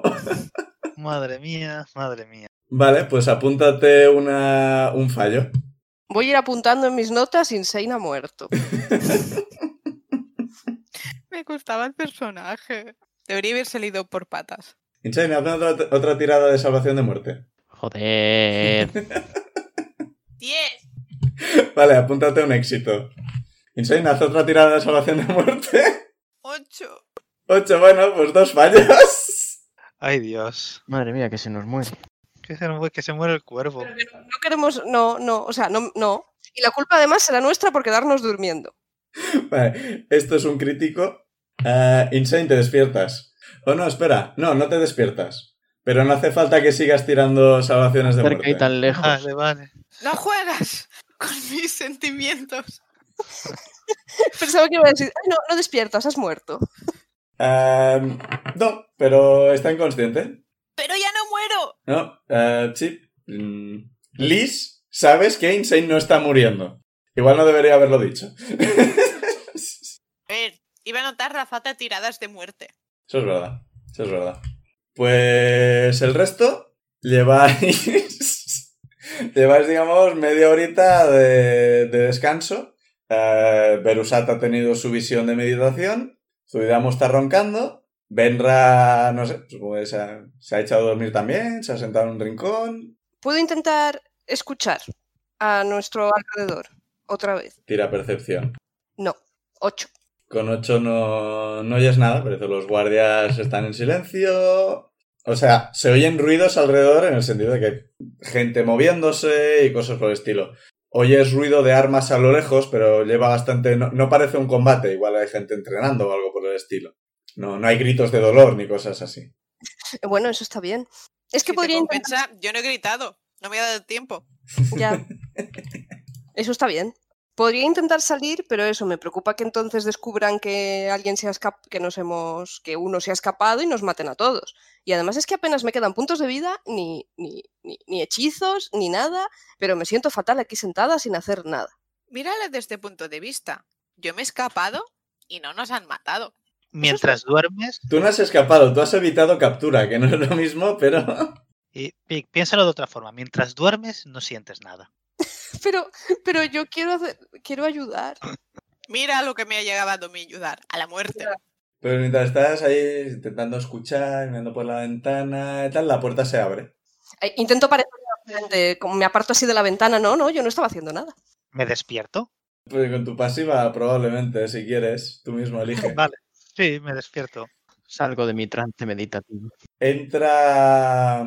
Speaker 2: Madre mía, madre mía.
Speaker 1: Vale, pues apúntate una, un fallo.
Speaker 4: Voy a ir apuntando en mis notas: Insane ha muerto.
Speaker 3: Me gustaba el personaje. Debería haber salido por patas.
Speaker 1: Insane, hazme otra, otra tirada de salvación de muerte.
Speaker 5: Joder.
Speaker 3: Diez.
Speaker 1: Vale, apúntate un éxito. Insane, haz otra tirada de salvación de muerte.
Speaker 3: Ocho.
Speaker 1: Ocho, bueno, pues dos fallos.
Speaker 2: Ay, Dios.
Speaker 5: Madre mía, que se nos muere.
Speaker 2: Que se, mu- que se muere el cuervo.
Speaker 4: Pero que no, no queremos. No, no. O sea, no, no. Y la culpa además será nuestra por quedarnos durmiendo.
Speaker 1: Vale, esto es un crítico. Ah, Insane, te despiertas. O no, espera. No, no te despiertas. Pero no hace falta que sigas tirando salvaciones de
Speaker 5: Cerca y
Speaker 1: muerte.
Speaker 5: tan lejos.
Speaker 2: Vale, vale.
Speaker 3: No juegas con mis sentimientos.
Speaker 4: Pensaba que iba a decir, "Ay, no, no despiertas, has muerto.
Speaker 1: Em, no, pero está inconsciente.
Speaker 3: ¡Pero ya no muero!
Speaker 1: No, eh, sí. Mm, Liz, sabes que Insane no está muriendo. Igual no debería haberlo dicho.
Speaker 3: A ver, iba a notar Rafata tiradas de muerte.
Speaker 1: Eso es verdad, eso es verdad. Pues el resto lleváis, lleváis digamos, media horita de, de descanso. Eh, Berusat ha tenido su visión de meditación. Zuidamo está roncando. Benra, no sé, supongo que se ha, se ha echado a dormir también, se ha sentado en un rincón.
Speaker 4: Puedo intentar escuchar a nuestro alrededor otra vez.
Speaker 1: Tira percepción.
Speaker 4: No, ocho.
Speaker 1: Con 8 no, no oyes nada, pero los guardias están en silencio. O sea, se oyen ruidos alrededor en el sentido de que hay gente moviéndose y cosas por el estilo. Oyes ruido de armas a lo lejos, pero lleva bastante... No, no parece un combate, igual hay gente entrenando o algo por el estilo. No, no hay gritos de dolor ni cosas así.
Speaker 4: Eh, Bueno, eso está bien. Es que
Speaker 3: Si te
Speaker 4: podría intentar.
Speaker 3: compensa, yo no he gritado. No me ha dado tiempo.
Speaker 4: Ya. Eso está bien. Podría intentar salir, pero eso me preocupa que entonces descubran que alguien se ha escap- que nos hemos, que uno se ha escapado y nos maten a todos. Y además es que apenas me quedan puntos de vida, ni, ni, ni, ni hechizos, ni nada, pero me siento fatal aquí sentada sin hacer nada.
Speaker 3: Míralo desde este punto de vista. Yo me he escapado y no nos han matado.
Speaker 2: Mientras duermes,
Speaker 1: Tú no has escapado, tú has evitado captura, que no es lo mismo, pero...
Speaker 2: y, pi- piénsalo de otra forma, mientras duermes no sientes nada.
Speaker 4: Pero, pero yo quiero hacer- quiero ayudar.
Speaker 3: Mira lo que me ha llegado a mi ayudar. A la muerte.
Speaker 1: Pero mientras estás ahí intentando escuchar, mirando por la ventana y tal, la puerta se abre.
Speaker 4: Ay, Eh, Intento parecer inocente, como me aparto así de la ventana. No, no, yo no estaba haciendo nada.
Speaker 2: ¿Me despierto?
Speaker 1: Pues con tu pasiva probablemente, si quieres, tú mismo elige.
Speaker 2: Vale, sí, me despierto.
Speaker 5: Salgo de mi trance meditativo.
Speaker 1: Entra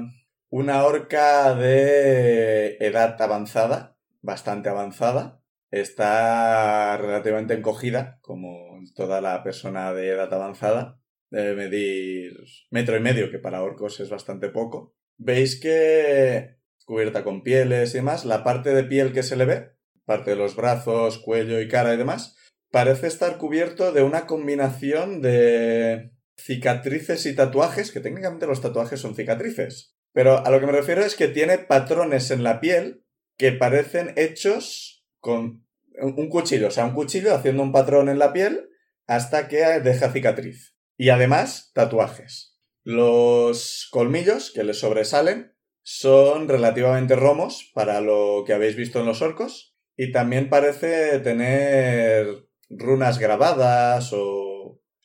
Speaker 1: una orca de edad avanzada, bastante avanzada. Está relativamente encogida, como toda la persona de edad avanzada. Debe medir metro y medio, que para orcos es bastante poco. Veis que cubierta con pieles y demás, la parte de piel que se le ve, parte de los brazos, cuello y cara y demás, parece estar cubierto de una combinación de cicatrices y tatuajes, que técnicamente los tatuajes son cicatrices. Pero a lo que me refiero es que tiene patrones en la piel que parecen hechos con un un cuchillo, o sea, un cuchillo haciendo un patrón en la piel hasta que deja cicatriz. Y además, tatuajes. Los colmillos que le sobresalen son relativamente romos para lo que habéis visto en los orcos y también parece tener runas grabadas o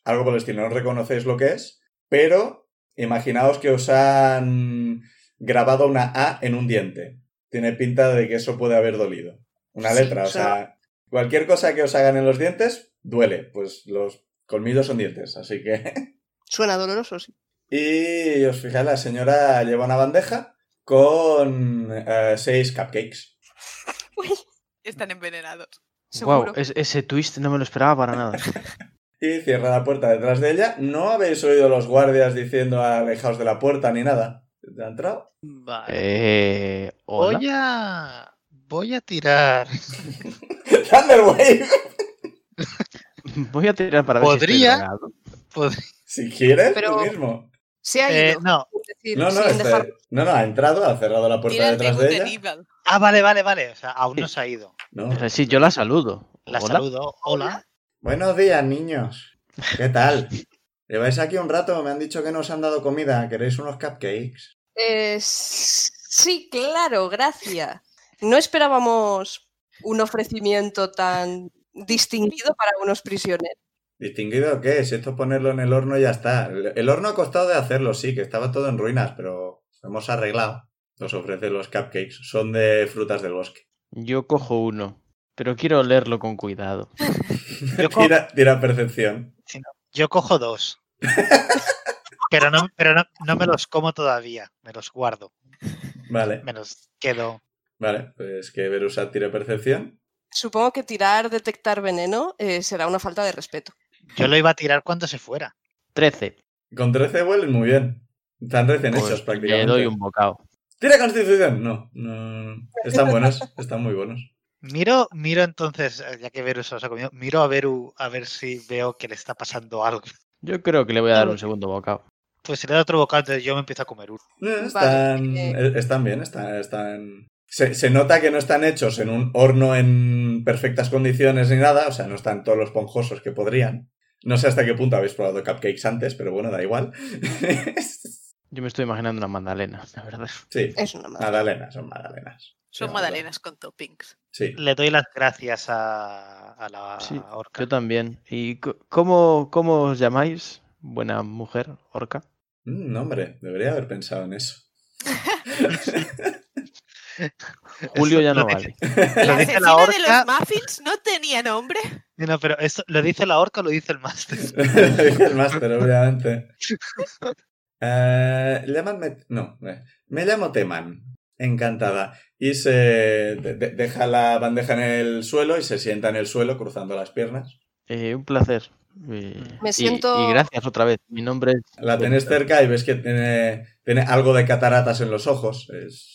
Speaker 1: algo por el estilo, no reconocéis lo que es, pero imaginaos que os han grabado una A en un diente. Tiene pinta de que eso puede haber dolido. Una
Speaker 4: Sí,
Speaker 1: letra, o
Speaker 4: o sea-
Speaker 1: sea, cualquier cosa que os hagan en los dientes duele, pues los colmillos son dientes, así que...
Speaker 4: Suena doloroso, sí.
Speaker 1: Y os fijáis, la señora lleva una bandeja con eh, seis cupcakes.
Speaker 4: Uy,
Speaker 3: Están envenenados.
Speaker 4: seguro.
Speaker 5: Wow, ese twist no me lo esperaba para nada.
Speaker 1: Y cierra la puerta detrás de ella. No habéis oído a los guardias diciendo alejaos de la puerta ni nada. ¿Te ha entrado?
Speaker 2: Vale.
Speaker 5: Eh, hola.
Speaker 2: voy a voy a tirar.
Speaker 1: ¡Thunderwave!
Speaker 5: Voy a tirar para ver si
Speaker 2: Podría.
Speaker 5: estoy drogado.
Speaker 2: Pod-
Speaker 1: Si quieres,
Speaker 4: Pero-
Speaker 1: tú mismo.
Speaker 4: Se ha
Speaker 2: Pues, eh,
Speaker 4: ido.
Speaker 2: no.
Speaker 4: es decir,
Speaker 1: No, no,
Speaker 4: sin
Speaker 1: este-
Speaker 4: dejar-
Speaker 1: no, no, ha entrado, ha cerrado la puerta
Speaker 3: Tira el
Speaker 1: detrás
Speaker 3: tribut
Speaker 1: de
Speaker 3: de
Speaker 1: ella.
Speaker 3: Nibal.
Speaker 2: Ah, vale, vale, vale. O sea, aún no se ha ido.
Speaker 1: No.
Speaker 5: O sea, sí, yo la saludo.
Speaker 2: La
Speaker 5: Hola.
Speaker 2: saludo. Hola.
Speaker 1: Buenos días, niños. ¿Qué tal? Lleváis aquí un rato, me han dicho que no os han dado comida. ¿Queréis unos cupcakes?
Speaker 4: Eh, s- sí, claro, gracias. No esperábamos un ofrecimiento tan distinguido para unos prisioneros.
Speaker 1: ¿Distinguido qué? Si esto es ponerlo en el horno y ya está. El, el horno ha costado de hacerlo, sí, que estaba todo en ruinas, pero lo hemos arreglado. Nos ofrece los cupcakes. Son de frutas del bosque.
Speaker 5: Yo cojo uno, pero quiero leerlo con cuidado.
Speaker 2: Yo, co-
Speaker 1: Tira, tira percepción.
Speaker 2: yo cojo dos. Pero no, pero no, no me los como todavía. Me los guardo.
Speaker 1: Vale,
Speaker 2: Me los quedo.
Speaker 1: vale. Pues que Verusa tire percepción.
Speaker 4: Supongo que tirar, detectar veneno eh, será una falta de respeto.
Speaker 2: Yo lo iba a tirar cuando se fuera.
Speaker 5: Trece.
Speaker 1: Con 13 vuelven muy bien. Están recién
Speaker 5: Pues,
Speaker 1: hechos prácticamente.
Speaker 5: Le doy un bocado.
Speaker 1: Tira constitución. No, no. Están buenos, están muy buenos.
Speaker 2: Miro, miro entonces, eh, ya que Beru se los ha comido, miro a Beru a ver si veo que le está pasando algo.
Speaker 5: Yo creo que le voy a dar un segundo bocado.
Speaker 2: Pues si le da otro bocado, entonces yo me empiezo a comer uno.
Speaker 1: Eh, Están,
Speaker 4: Vale,
Speaker 1: eh, están bien, están... están- Se, se nota que no están hechos en un horno en perfectas condiciones ni nada, o sea, no están todos los ponjosos que podrían. No sé hasta qué punto habéis probado cupcakes antes, pero bueno, da igual.
Speaker 5: Yo me estoy imaginando una magdalena, la verdad.
Speaker 1: sí,
Speaker 4: Es una madre.
Speaker 1: magdalenas, son magdalenas.
Speaker 3: Eh, Son
Speaker 1: Sí,
Speaker 3: magdalenas con toppings.
Speaker 1: Sí.
Speaker 2: Le doy las gracias a, a la
Speaker 5: Sí,
Speaker 2: Ah, orca.
Speaker 5: Yo también. ¿Y co- cómo, cómo os llamáis? Buena mujer, orca.
Speaker 1: Mm, no, hombre, debería haber pensado en eso.
Speaker 5: Julio ya
Speaker 2: Lo
Speaker 5: no
Speaker 2: dice-
Speaker 5: vale.
Speaker 3: La
Speaker 2: Lo dice
Speaker 3: asesina
Speaker 2: la
Speaker 3: de los
Speaker 2: orca.
Speaker 3: muffins no tenía nombre.
Speaker 2: No, pero esto, ¿lo dice la orca o lo dice el máster?
Speaker 1: Lo dice el máster, obviamente. Eh, llamadme. No, eh, me llamo Teman. Encantada. Y se de- de- deja la bandeja en el suelo y se sienta en el suelo cruzando las piernas.
Speaker 5: Eh, un placer. Y,
Speaker 4: Me
Speaker 5: y-
Speaker 4: siento-
Speaker 5: y gracias otra vez. Mi nombre es.
Speaker 1: La tenés cerca y ves que tiene, tiene algo de cataratas en los ojos. Es,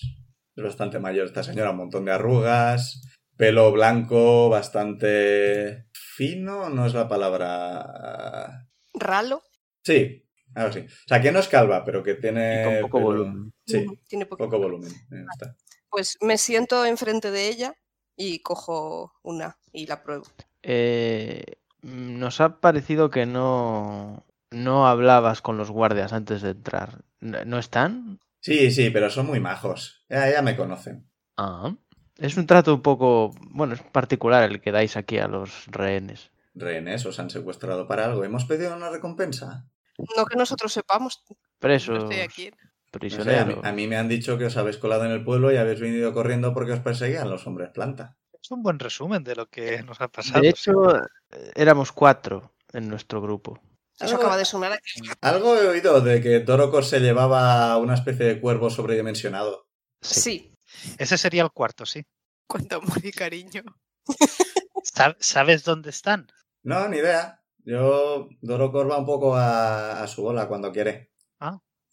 Speaker 1: es bastante mayor esta señora, un montón de arrugas, pelo blanco, bastante fino, no es la palabra.
Speaker 4: Ralo.
Speaker 1: Sí, algo así. O sea, que no es calva, pero que tiene.
Speaker 5: Y con poco
Speaker 1: pelo-
Speaker 5: volumen.
Speaker 1: Sí.
Speaker 4: Tiene poquito.
Speaker 1: Poco volumen. ahí está.
Speaker 4: Pues me siento enfrente de ella y cojo una y la pruebo.
Speaker 5: Eh, mm, nos ha parecido que no, no hablabas con los guardias antes de entrar. ¿No no están?
Speaker 1: Sí, sí, pero son muy majos. Ya, ya me conocen.
Speaker 5: Ah. Es un trato un poco. Bueno, es particular el que dais aquí a los rehenes.
Speaker 1: Rehenes os han secuestrado para algo. Hemos pedido una recompensa.
Speaker 4: No que nosotros sepamos.
Speaker 3: No
Speaker 5: Presos,
Speaker 3: estoy aquí.
Speaker 1: No sé, a, mí,
Speaker 5: prisioneros.
Speaker 1: a mí me han dicho que os habéis colado en el pueblo y habéis venido corriendo porque os perseguían los hombres planta.
Speaker 2: Es un buen resumen de lo que nos ha pasado.
Speaker 5: De hecho, eh, éramos cuatro en nuestro grupo.
Speaker 4: Eso
Speaker 1: Algo-
Speaker 4: acaba de sonar. a-
Speaker 1: Algo he oído de que Torocos se llevaba una especie de cuervo sobredimensionado.
Speaker 5: Sí.
Speaker 4: Sí.
Speaker 2: Ese sería el cuarto, sí.
Speaker 3: Cuánto amor y cariño.
Speaker 2: Sa- ¿Sabes dónde están?
Speaker 1: No, ni idea. Yo, Dorocos va un poco a, a su bola cuando quiere.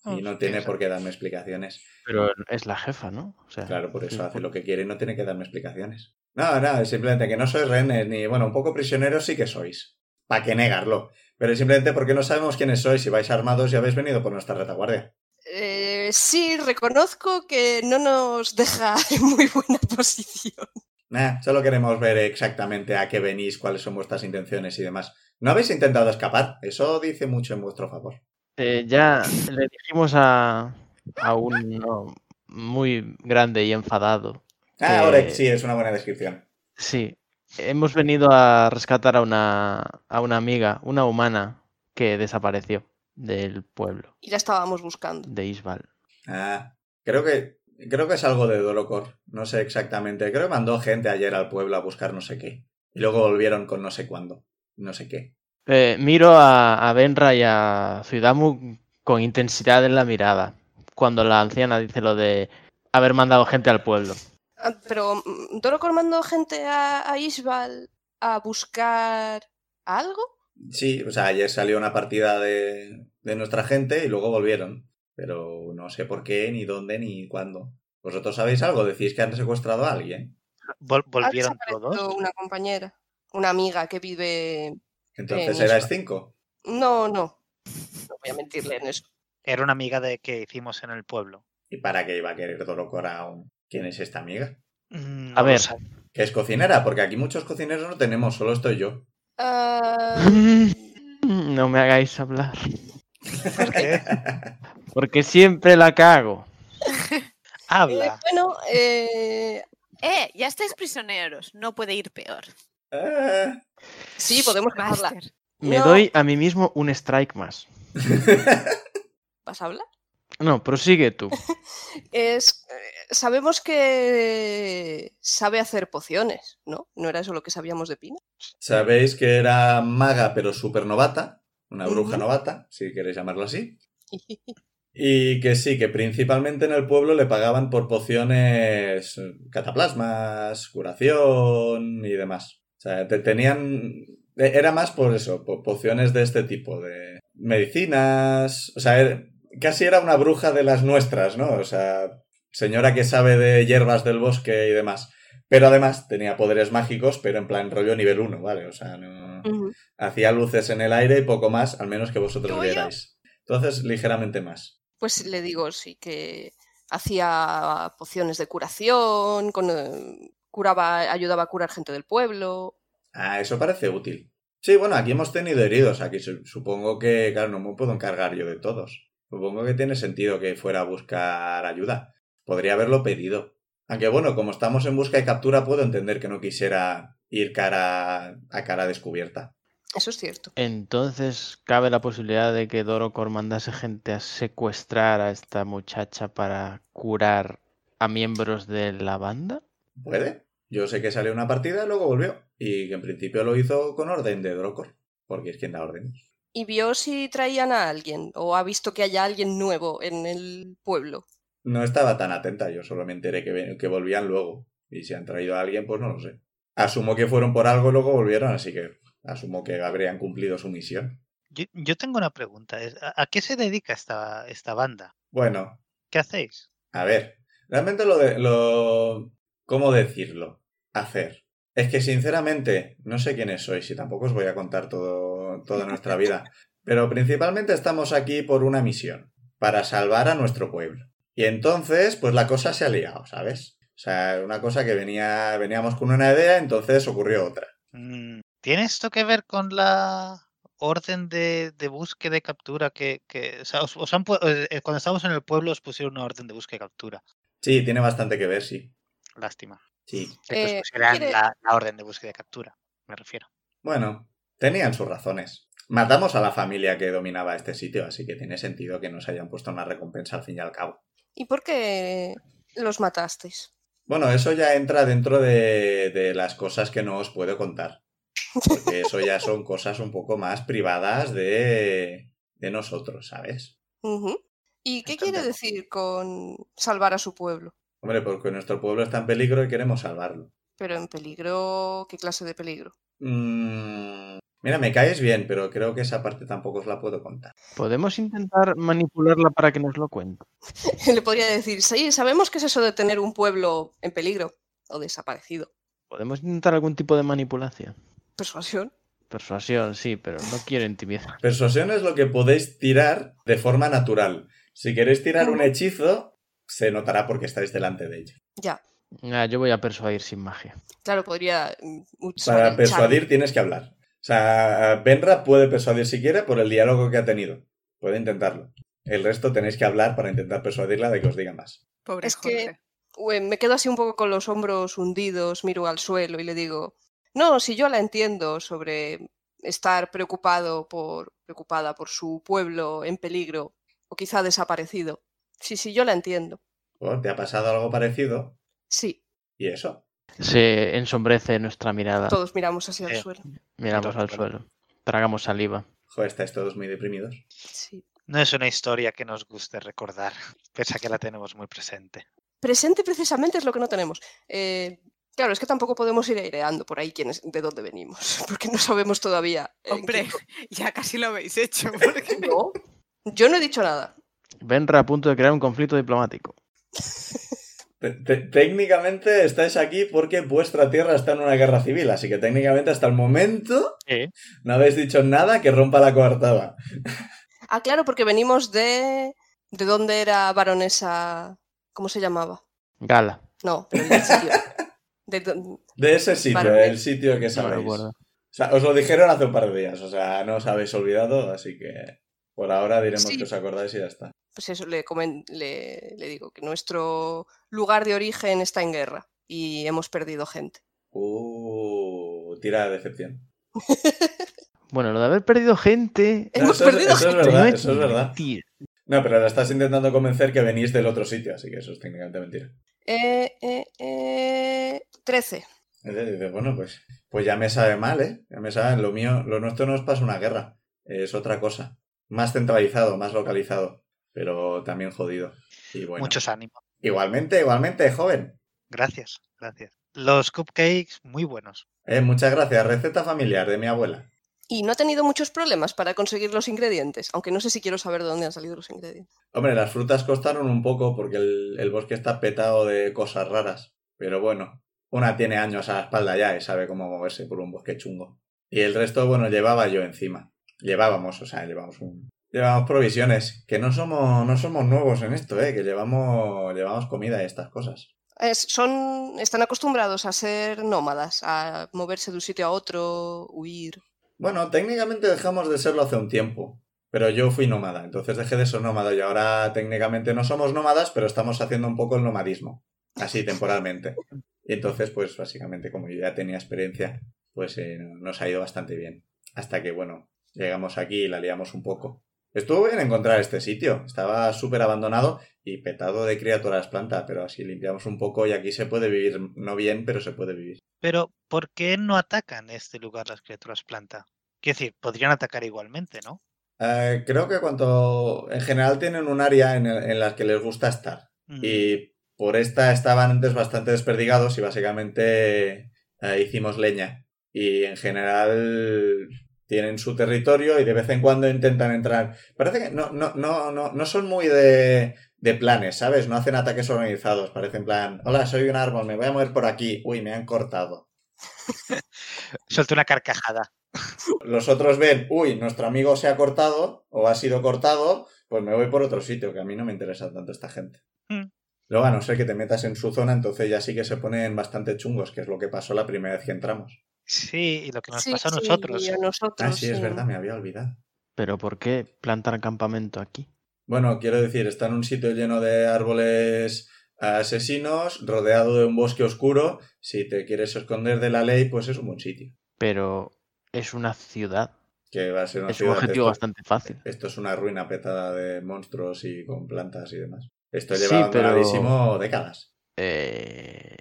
Speaker 1: Y no tiene por qué darme explicaciones.
Speaker 5: Pero es la jefa, ¿no? O sea,
Speaker 1: Claro, por eso
Speaker 5: sí.
Speaker 1: hace lo que quiere y no tiene que darme explicaciones. No, no, simplemente que no sois rehenes, ni bueno, un poco prisioneros sí que sois. ¿Para qué negarlo? Pero es simplemente porque no sabemos quiénes sois, si vais armados y habéis venido por nuestra retaguardia.
Speaker 4: Eh, sí, reconozco que no nos deja en muy buena posición.
Speaker 1: Nah, solo queremos ver exactamente a qué venís, cuáles son vuestras intenciones y demás. ¿No habéis intentado escapar? Eso dice mucho en vuestro favor.
Speaker 5: Eh, ya le dijimos a, a uno muy grande y enfadado.
Speaker 1: Ah,
Speaker 5: Eh,
Speaker 1: ahora sí, es una buena descripción.
Speaker 5: Sí, hemos venido a rescatar a una, a una amiga, una humana, que desapareció del pueblo
Speaker 4: Y la estábamos buscando.
Speaker 5: de Isbal.
Speaker 1: Ah, creo que, creo que es algo de Dolocor. No sé exactamente. Creo que mandó gente ayer al pueblo a buscar no sé qué. Y luego volvieron con no sé cuándo. No sé qué.
Speaker 5: Eh, miro a, a Benra y a Zuidamu con intensidad en la mirada cuando la anciana dice lo de haber mandado gente al pueblo.
Speaker 4: Ah, Pero mm, Dorocor mandó gente a, a Isbal a buscar algo.
Speaker 1: Sí, o sea, ayer salió una partida de, de nuestra gente y luego volvieron. Pero no sé por qué, ni dónde, ni cuándo. ¿Vosotros sabéis algo? Decís que han secuestrado a alguien.
Speaker 2: Vol-
Speaker 4: Ha
Speaker 2: volvieron
Speaker 4: desaparecido
Speaker 2: todos.
Speaker 4: Una compañera, una amiga que vive.
Speaker 1: Entonces
Speaker 4: Eh,
Speaker 1: erais
Speaker 4: mucho.
Speaker 1: cinco.
Speaker 4: No, no. No voy a mentirle en eso.
Speaker 2: Era una amiga de que hicimos en el pueblo.
Speaker 1: ¿Y para qué iba a querer Dorocor aún? ¿Quién es esta amiga?
Speaker 2: Mm, no
Speaker 5: A
Speaker 2: lo
Speaker 5: ver.
Speaker 2: sé.
Speaker 1: Que es cocinera, porque aquí muchos cocineros no tenemos, solo estoy yo.
Speaker 4: Ah,
Speaker 5: No me hagáis hablar,
Speaker 2: ¿Por qué?
Speaker 5: porque siempre la cago.
Speaker 2: Habla.
Speaker 4: eh, bueno, eh,
Speaker 3: Eh, ya estáis prisioneros. No puede ir peor.
Speaker 1: Ah.
Speaker 4: sí, podemos hablar.
Speaker 3: Master.
Speaker 5: Me
Speaker 4: No.
Speaker 5: doy a mí mismo un strike más.
Speaker 4: ¿Vas a hablar?
Speaker 5: No, prosigue tú.
Speaker 4: Es, eh, sabemos que sabe hacer pociones, ¿no? ¿No era eso lo que sabíamos de Pina?
Speaker 1: Sabéis que era maga, pero súper novata. Una bruja
Speaker 4: Ujú.
Speaker 1: novata, si queréis llamarlo así. Y que sí, que principalmente en el pueblo le pagaban por pociones, eh, cataplasmas, curación y demás. O sea, te tenían... e- Era más por eso, por pociones de este tipo, de medicinas... O sea, er- casi era una bruja de las nuestras, ¿no? O sea, señora que sabe de hierbas del bosque y demás. Pero además tenía poderes mágicos, pero en plan rollo nivel 1, ¿vale? O sea, no...
Speaker 3: Mm.
Speaker 4: Ujú.
Speaker 1: hacía luces en el aire y poco más, al menos que vosotros
Speaker 3: Yo, yo.
Speaker 1: vierais. Entonces, ligeramente más.
Speaker 4: Pues le digo, sí, que hacía pociones de curación, con, eh, curaba, ayudaba a curar gente del pueblo.
Speaker 1: Ah, eso parece útil. Sí, bueno, aquí hemos tenido heridos. Aquí su- supongo que, claro, no me puedo encargar yo de todos. Supongo que tiene sentido que fuera a buscar ayuda. Podría haberlo pedido. Aunque bueno, como estamos en busca y captura, puedo entender que no quisiera ir cara a cara descubierta.
Speaker 4: Eso es cierto.
Speaker 5: Entonces, ¿cabe la posibilidad de que Dorocor mandase gente a secuestrar a esta muchacha para curar a miembros de la banda?
Speaker 1: ¿Puede? Yo sé que salió una partida, luego volvió. Y que en principio lo hizo con orden de Drocor. Porque es quien da órdenes.
Speaker 4: ¿Y vio si traían a alguien o ha visto que haya alguien nuevo en el pueblo?
Speaker 1: No estaba tan atenta, yo solo me enteré que, ven- que volvían luego. Y si han traído a alguien, pues no lo sé. Asumo que fueron por algo y luego volvieron, así que asumo que habrían cumplido su misión.
Speaker 2: Yo, yo tengo una pregunta. es, ¿A, a qué se dedica esta, esta banda?
Speaker 1: Bueno,
Speaker 2: ¿Qué hacéis?
Speaker 1: a ver. Realmente lo de. lo. ¿cómo decirlo? Hacer. Es que sinceramente, no sé quiénes sois y tampoco os voy a contar todo, toda nuestra vida. Pero principalmente estamos aquí por una misión, para salvar a nuestro pueblo. Y entonces, pues la cosa se ha liado, ¿sabes? O sea, una cosa que venía, veníamos con una idea, entonces ocurrió otra.
Speaker 2: Mm, ¿Tiene esto que ver con la orden de, de búsqueda y captura que, que- o sea, os- os han pu- eh, eh, cuando estábamos en el pueblo os pusieron una orden de búsqueda y captura?
Speaker 1: Sí, tiene bastante que ver, sí.
Speaker 2: Lástima.
Speaker 1: Sí.
Speaker 2: Que os
Speaker 4: Eh,
Speaker 2: pusieran
Speaker 4: ¿quiere-
Speaker 2: la, la orden de búsqueda y captura, me refiero.
Speaker 1: Bueno, tenían sus razones. Matamos a la familia que dominaba este sitio, así que tiene sentido que nos hayan puesto una recompensa al fin y al cabo.
Speaker 4: ¿Y por qué los matasteis?
Speaker 1: Bueno, eso ya entra dentro de, de las cosas que no os puedo contar. Porque eso ya son cosas un poco más privadas de, de nosotros, ¿sabes?
Speaker 4: Ujú. ¿Y qué quiere
Speaker 1: Entendemos.
Speaker 4: decir con salvar a su pueblo?
Speaker 1: Hombre, porque nuestro pueblo está en peligro y queremos salvarlo.
Speaker 4: Pero en peligro, ¿qué clase de peligro?
Speaker 1: Mm, mira, me caes bien, pero creo que esa parte tampoco os la puedo contar.
Speaker 5: ¿Podemos intentar manipularla para que nos lo cuente?
Speaker 4: Le podría decir, sí, sabemos que es eso de tener un pueblo en peligro o desaparecido.
Speaker 5: ¿Podemos intentar algún tipo de manipulación?
Speaker 4: Persuasión.
Speaker 5: Persuasión, sí, pero no quiero intimidar.
Speaker 1: Persuasión es lo que podéis tirar de forma natural. Si queréis tirar un hechizo, se notará porque estáis delante de ella.
Speaker 4: Ya,
Speaker 5: Ah, yo voy a persuadir sin magia.
Speaker 4: claro, podría mm, usar
Speaker 1: Para
Speaker 4: el
Speaker 1: persuadir tienes que hablar. O sea, Benra puede persuadir si quiere por el diálogo que ha tenido. Puede intentarlo. El resto tenéis que hablar para intentar persuadirla de que os diga más.
Speaker 3: Pobre
Speaker 4: Es que-
Speaker 3: Jorge.
Speaker 4: charm. Ue, Me quedo así un poco con los hombros hundidos, miro al suelo y le digo, no, si yo la entiendo sobre estar preocupado por, preocupada por su pueblo en peligro o quizá desaparecido. Sí, sí, yo la entiendo.
Speaker 1: ¿O ¿Te ha pasado algo parecido?
Speaker 4: Sí,
Speaker 1: ¿Y eso?
Speaker 5: Se ensombrece nuestra mirada.
Speaker 4: todos miramos hacia el
Speaker 2: Eh,
Speaker 4: suelo.
Speaker 5: Miramos al suelo. Tragamos saliva.
Speaker 1: Joder, estáis todos muy deprimidos.
Speaker 4: Sí.
Speaker 2: No es una historia que nos guste recordar, pese a que la tenemos muy presente.
Speaker 4: Presente precisamente es lo que no tenemos. Eh, claro, es que tampoco podemos ir aireando por ahí quiénes, de dónde venimos, porque no sabemos todavía. eh, en qué
Speaker 3: Hombre, ya casi lo habéis hecho. Porque...
Speaker 4: No, yo no he dicho nada.
Speaker 5: Benra a punto de crear un conflicto diplomático.
Speaker 1: Te- te- técnicamente estáis aquí porque vuestra tierra está en una guerra civil, así que técnicamente hasta el momento
Speaker 5: Sí.
Speaker 1: no habéis dicho nada que rompa la coartada.
Speaker 4: Ah, claro, porque venimos de. ¿De dónde era baronesa? ¿Cómo se llamaba?
Speaker 5: Gala.
Speaker 4: No, pero del sitio. De don-
Speaker 1: De ese sitio,
Speaker 4: Vale.
Speaker 1: el sitio que
Speaker 5: No me
Speaker 1: sabéis.
Speaker 5: acuerdo.
Speaker 1: O sea, os lo dijeron hace un par de días, o sea, no os habéis olvidado, así que por ahora diremos
Speaker 4: Sí.
Speaker 1: que os acordáis y ya está.
Speaker 4: Pues eso, le, comen- le, le digo que nuestro lugar de origen está en guerra y hemos perdido gente.
Speaker 1: Uh, tira de decepción.
Speaker 5: Bueno, lo de haber perdido gente. este
Speaker 4: Hemos
Speaker 1: eso, es-
Speaker 4: perdido
Speaker 1: eso es
Speaker 4: gente.
Speaker 1: verdad,
Speaker 5: no
Speaker 1: eso es verdad.
Speaker 5: mentira.
Speaker 1: No, pero la estás intentando convencer que venís del otro sitio, así que eso es técnicamente mentira.
Speaker 4: Eh, eh, eh, 13.
Speaker 1: Entonces dices, bueno, pues, pues ya me sabe mal, ¿eh? Ya me sabe, lo mío, lo nuestro no es pasa una guerra, es otra cosa. Más centralizado, más localizado, pero también jodido. Y bueno,
Speaker 2: Muchos ánimos.
Speaker 1: igualmente, igualmente, joven.
Speaker 2: Gracias, gracias. Los cupcakes, muy buenos.
Speaker 1: Eh, muchas gracias, receta familiar de mi abuela.
Speaker 4: Y no he tenido muchos problemas para conseguir los ingredientes, aunque no sé si quiero saber de dónde han salido los ingredientes.
Speaker 1: Hombre, las frutas costaron un poco porque el, el bosque está petado de cosas raras. Pero bueno, Una tiene años a la espalda ya y sabe cómo moverse por un bosque chungo. Y el resto, bueno, llevaba yo encima. Llevábamos, o sea, llevamos un... Llevamos provisiones, que no somos, no somos nuevos en esto, ¿eh? que llevamos, llevamos comida y estas cosas.
Speaker 4: Es- son, están acostumbrados a ser nómadas, a moverse de un sitio a otro, huir.
Speaker 1: Bueno, técnicamente dejamos de serlo hace un tiempo, pero yo fui nómada, entonces dejé de ser nómada y ahora técnicamente no somos nómadas, pero estamos haciendo un poco el nomadismo, así temporalmente. Y entonces, pues básicamente como yo ya tenía experiencia, pues eh, nos ha ido bastante bien. Hasta que, bueno, llegamos aquí y la liamos un poco. Estuvo bien encontrar este sitio, estaba súper abandonado y petado de criaturas planta, pero así limpiamos un poco y aquí se puede vivir, no bien, pero se puede vivir.
Speaker 2: Pero, ¿por qué no atacan este lugar las criaturas planta? Quiero decir, podrían atacar igualmente, ¿no?
Speaker 1: Eh, creo que cuanto. En general tienen un área en, el- en la que les gusta estar.
Speaker 2: Mm,
Speaker 1: Y por esta estaban antes bastante desperdigados y básicamente eh, hicimos leña. Y en general tienen su territorio y de vez en cuando intentan entrar. Parece que no, no, no, no, no son muy de, de planes, ¿sabes? No hacen ataques organizados. Parece en plan, hola, soy un árbol, me voy a mover por aquí. Uy, me han cortado.
Speaker 2: Solté una carcajada.
Speaker 1: Los otros ven, uy, nuestro amigo se ha cortado o ha sido cortado, pues me voy por otro sitio, que a mí no me interesa tanto esta gente.
Speaker 2: Mm.
Speaker 1: Luego, a no ser que te metas en su zona, entonces ya sí que se ponen bastante chungos, que es lo que pasó la primera vez que entramos.
Speaker 2: Sí, y lo que nos
Speaker 4: Sí,
Speaker 2: pasó a
Speaker 4: sí,
Speaker 2: nosotros.
Speaker 4: y a nosotros,
Speaker 1: Ah, sí, es
Speaker 4: sí.
Speaker 1: verdad, me había olvidado.
Speaker 5: Pero ¿por qué plantar campamento aquí?
Speaker 1: Bueno, quiero decir, está en un sitio lleno de árboles asesinos, rodeado de un bosque oscuro. Si te quieres esconder de la ley, pues es un buen sitio.
Speaker 5: Pero es una ciudad.
Speaker 1: Que va a ser una
Speaker 5: Es un
Speaker 1: ciudad de
Speaker 5: objetivo
Speaker 1: estos-
Speaker 5: bastante fácil.
Speaker 1: Esto es una ruina petada de monstruos y con plantas y demás. Esto
Speaker 5: Sí,
Speaker 1: lleva
Speaker 5: pero-
Speaker 1: abandonadísimo décadas.
Speaker 5: Eh,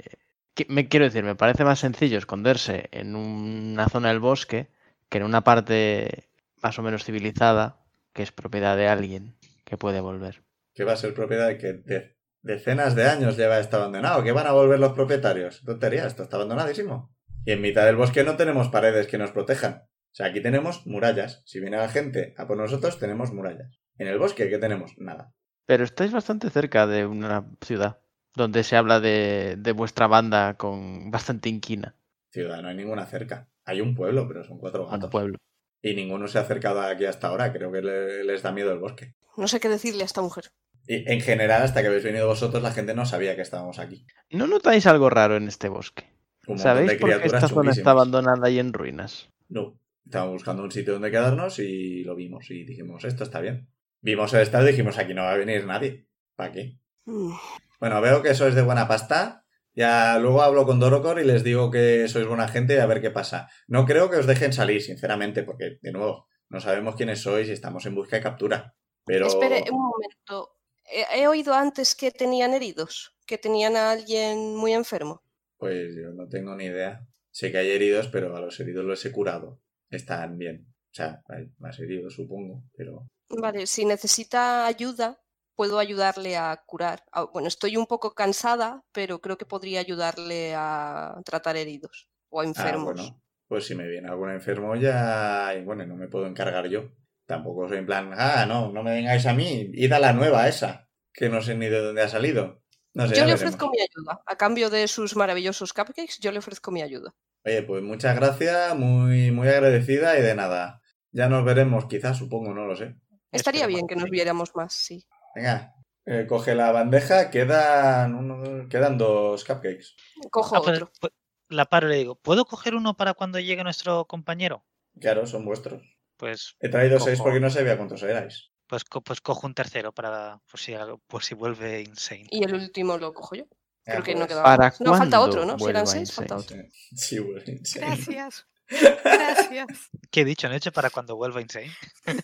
Speaker 5: que- me quiero decir, me parece más sencillo esconderse en una zona del bosque que en una parte más o menos civilizada que es propiedad de alguien que puede volver.
Speaker 1: Que va a ser propiedad de que de- decenas de años lleva esto abandonado. ¿Qué van a volver los propietarios? Tontería, esto está abandonadísimo. Y en mitad del bosque no tenemos paredes que nos protejan. O sea, aquí tenemos murallas. Si viene la gente a por nosotros, tenemos murallas. En el bosque, ¿qué tenemos? Nada.
Speaker 5: Pero estáis bastante cerca de una ciudad donde se habla de, de vuestra banda con bastante inquina.
Speaker 1: Ciudad, no hay ninguna cerca. Hay un pueblo, pero son cuatro
Speaker 5: Un
Speaker 1: gatos.
Speaker 5: pueblo.
Speaker 1: Y ninguno se ha acercado aquí hasta ahora. Creo que le- les da miedo el bosque.
Speaker 4: No sé qué decirle a esta mujer.
Speaker 1: Y en general, hasta que habéis venido vosotros, la gente no sabía que estábamos aquí.
Speaker 5: ¿No notáis algo raro en este bosque?
Speaker 1: Un montón
Speaker 5: ¿Sabéis
Speaker 1: de
Speaker 5: por qué
Speaker 1: criaturas
Speaker 5: esta zona
Speaker 1: chunguísimas.
Speaker 5: está abandonada y en ruinas?
Speaker 1: No. Estábamos buscando un sitio donde quedarnos y lo vimos. Y dijimos, esto está bien. Vimos el estado y dijimos, aquí no va a venir nadie. ¿Para qué?
Speaker 4: Mm,
Speaker 1: Bueno, veo que sois de buena pasta. Ya luego hablo con Dorocor y les digo que sois buena gente y a ver qué pasa. No creo que os dejen salir, sinceramente, porque, de nuevo, no sabemos quiénes sois y estamos en busca de captura. Pero...
Speaker 4: Espere un momento. He, he oído antes que tenían heridos, que tenían a alguien muy enfermo.
Speaker 1: Pues yo no tengo ni idea. Sé que hay heridos, pero a los heridos los he curado. Están bien. O sea, hay más heridos, supongo, pero.
Speaker 4: Vale, si necesita ayuda, puedo ayudarle a curar. Ah, Bueno, estoy un poco cansada, pero creo que podría ayudarle a tratar heridos o a
Speaker 1: Ah,
Speaker 4: enfermos.
Speaker 1: bueno. Pues si me viene algún enfermo ya. Y bueno, no me puedo encargar yo. Tampoco soy en plan, ah, no, no me vengáis a mí, id a la nueva esa, que no sé ni de dónde ha salido. No sé,
Speaker 4: Yo
Speaker 1: ya
Speaker 4: le
Speaker 1: veremos.
Speaker 4: ofrezco mi ayuda. A cambio de sus maravillosos cupcakes, yo le ofrezco mi ayuda.
Speaker 1: Oye, pues muchas gracias, muy, muy agradecida y de nada. Ya nos veremos, quizás, supongo, no lo sé.
Speaker 4: Estaría
Speaker 1: Esperemos
Speaker 4: bien que
Speaker 1: sí.
Speaker 4: nos viéramos más, sí.
Speaker 1: Venga, eh, coge la bandeja, quedan, uno- quedan dos cupcakes.
Speaker 4: Cojo
Speaker 2: Ah, pues,
Speaker 4: otro.
Speaker 2: pues, la paro y le digo, ¿puedo coger uno para cuando llegue nuestro compañero?
Speaker 1: Claro, son vuestros.
Speaker 2: Pues,
Speaker 1: He traído
Speaker 2: Cojo.
Speaker 1: seis porque no sabía cuántos erais.
Speaker 2: pues, co- pues cojo un tercero para por si, algo- por si vuelve insane.
Speaker 4: Y el último lo cojo yo.
Speaker 1: Ah,
Speaker 4: Creo que no
Speaker 1: pues,
Speaker 4: quedaba.
Speaker 5: ¿Para
Speaker 4: No, falta
Speaker 5: cuándo
Speaker 4: otro, ¿no? Si
Speaker 5: vuelva
Speaker 4: eran seis, falta
Speaker 5: Insane?
Speaker 4: otro.
Speaker 1: Sí, bueno, sí.
Speaker 3: Gracias. Gracias.
Speaker 2: ¿Qué he dicho? ¿No he dicho para cuando vuelva insane?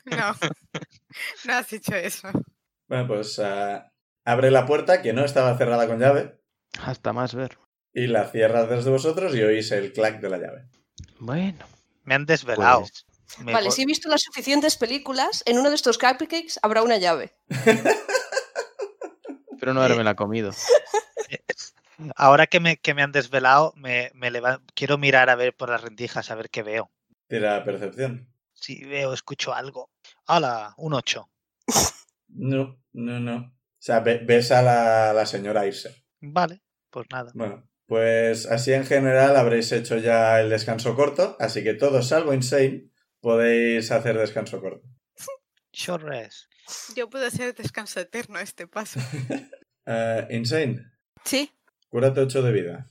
Speaker 3: No. No has dicho eso.
Speaker 1: Bueno, pues ah, abre la puerta que no estaba cerrada con llave
Speaker 5: Hasta más ver.
Speaker 1: y la cierra desde vosotros y oís el clac de la llave.
Speaker 5: Bueno,
Speaker 2: Me han desvelado.
Speaker 5: Pues-
Speaker 2: Me
Speaker 4: Vale,
Speaker 2: vo-
Speaker 4: si he visto las suficientes películas, en uno de estos cupcakes habrá una llave.
Speaker 5: pero
Speaker 4: Eh,
Speaker 5: no haberme la comido.
Speaker 2: Ahora que me, que me han desvelado, me, me leva- quiero mirar a ver por las rendijas, a ver qué veo.
Speaker 1: Tira percepción.
Speaker 2: Si veo, escucho algo. ¡Hala! Un 8.
Speaker 1: No, no, no. O sea, ve- ves a la, la señora irse.
Speaker 2: Vale, pues nada.
Speaker 1: Bueno, Pues así en general habréis hecho ya el descanso corto, así que todos salvo Insane podéis hacer descanso corto.
Speaker 2: Short rest.
Speaker 3: Yo puedo hacer descanso eterno este paso.
Speaker 1: Eh, Insane,
Speaker 3: Sí.
Speaker 1: cúrate 8 de vida.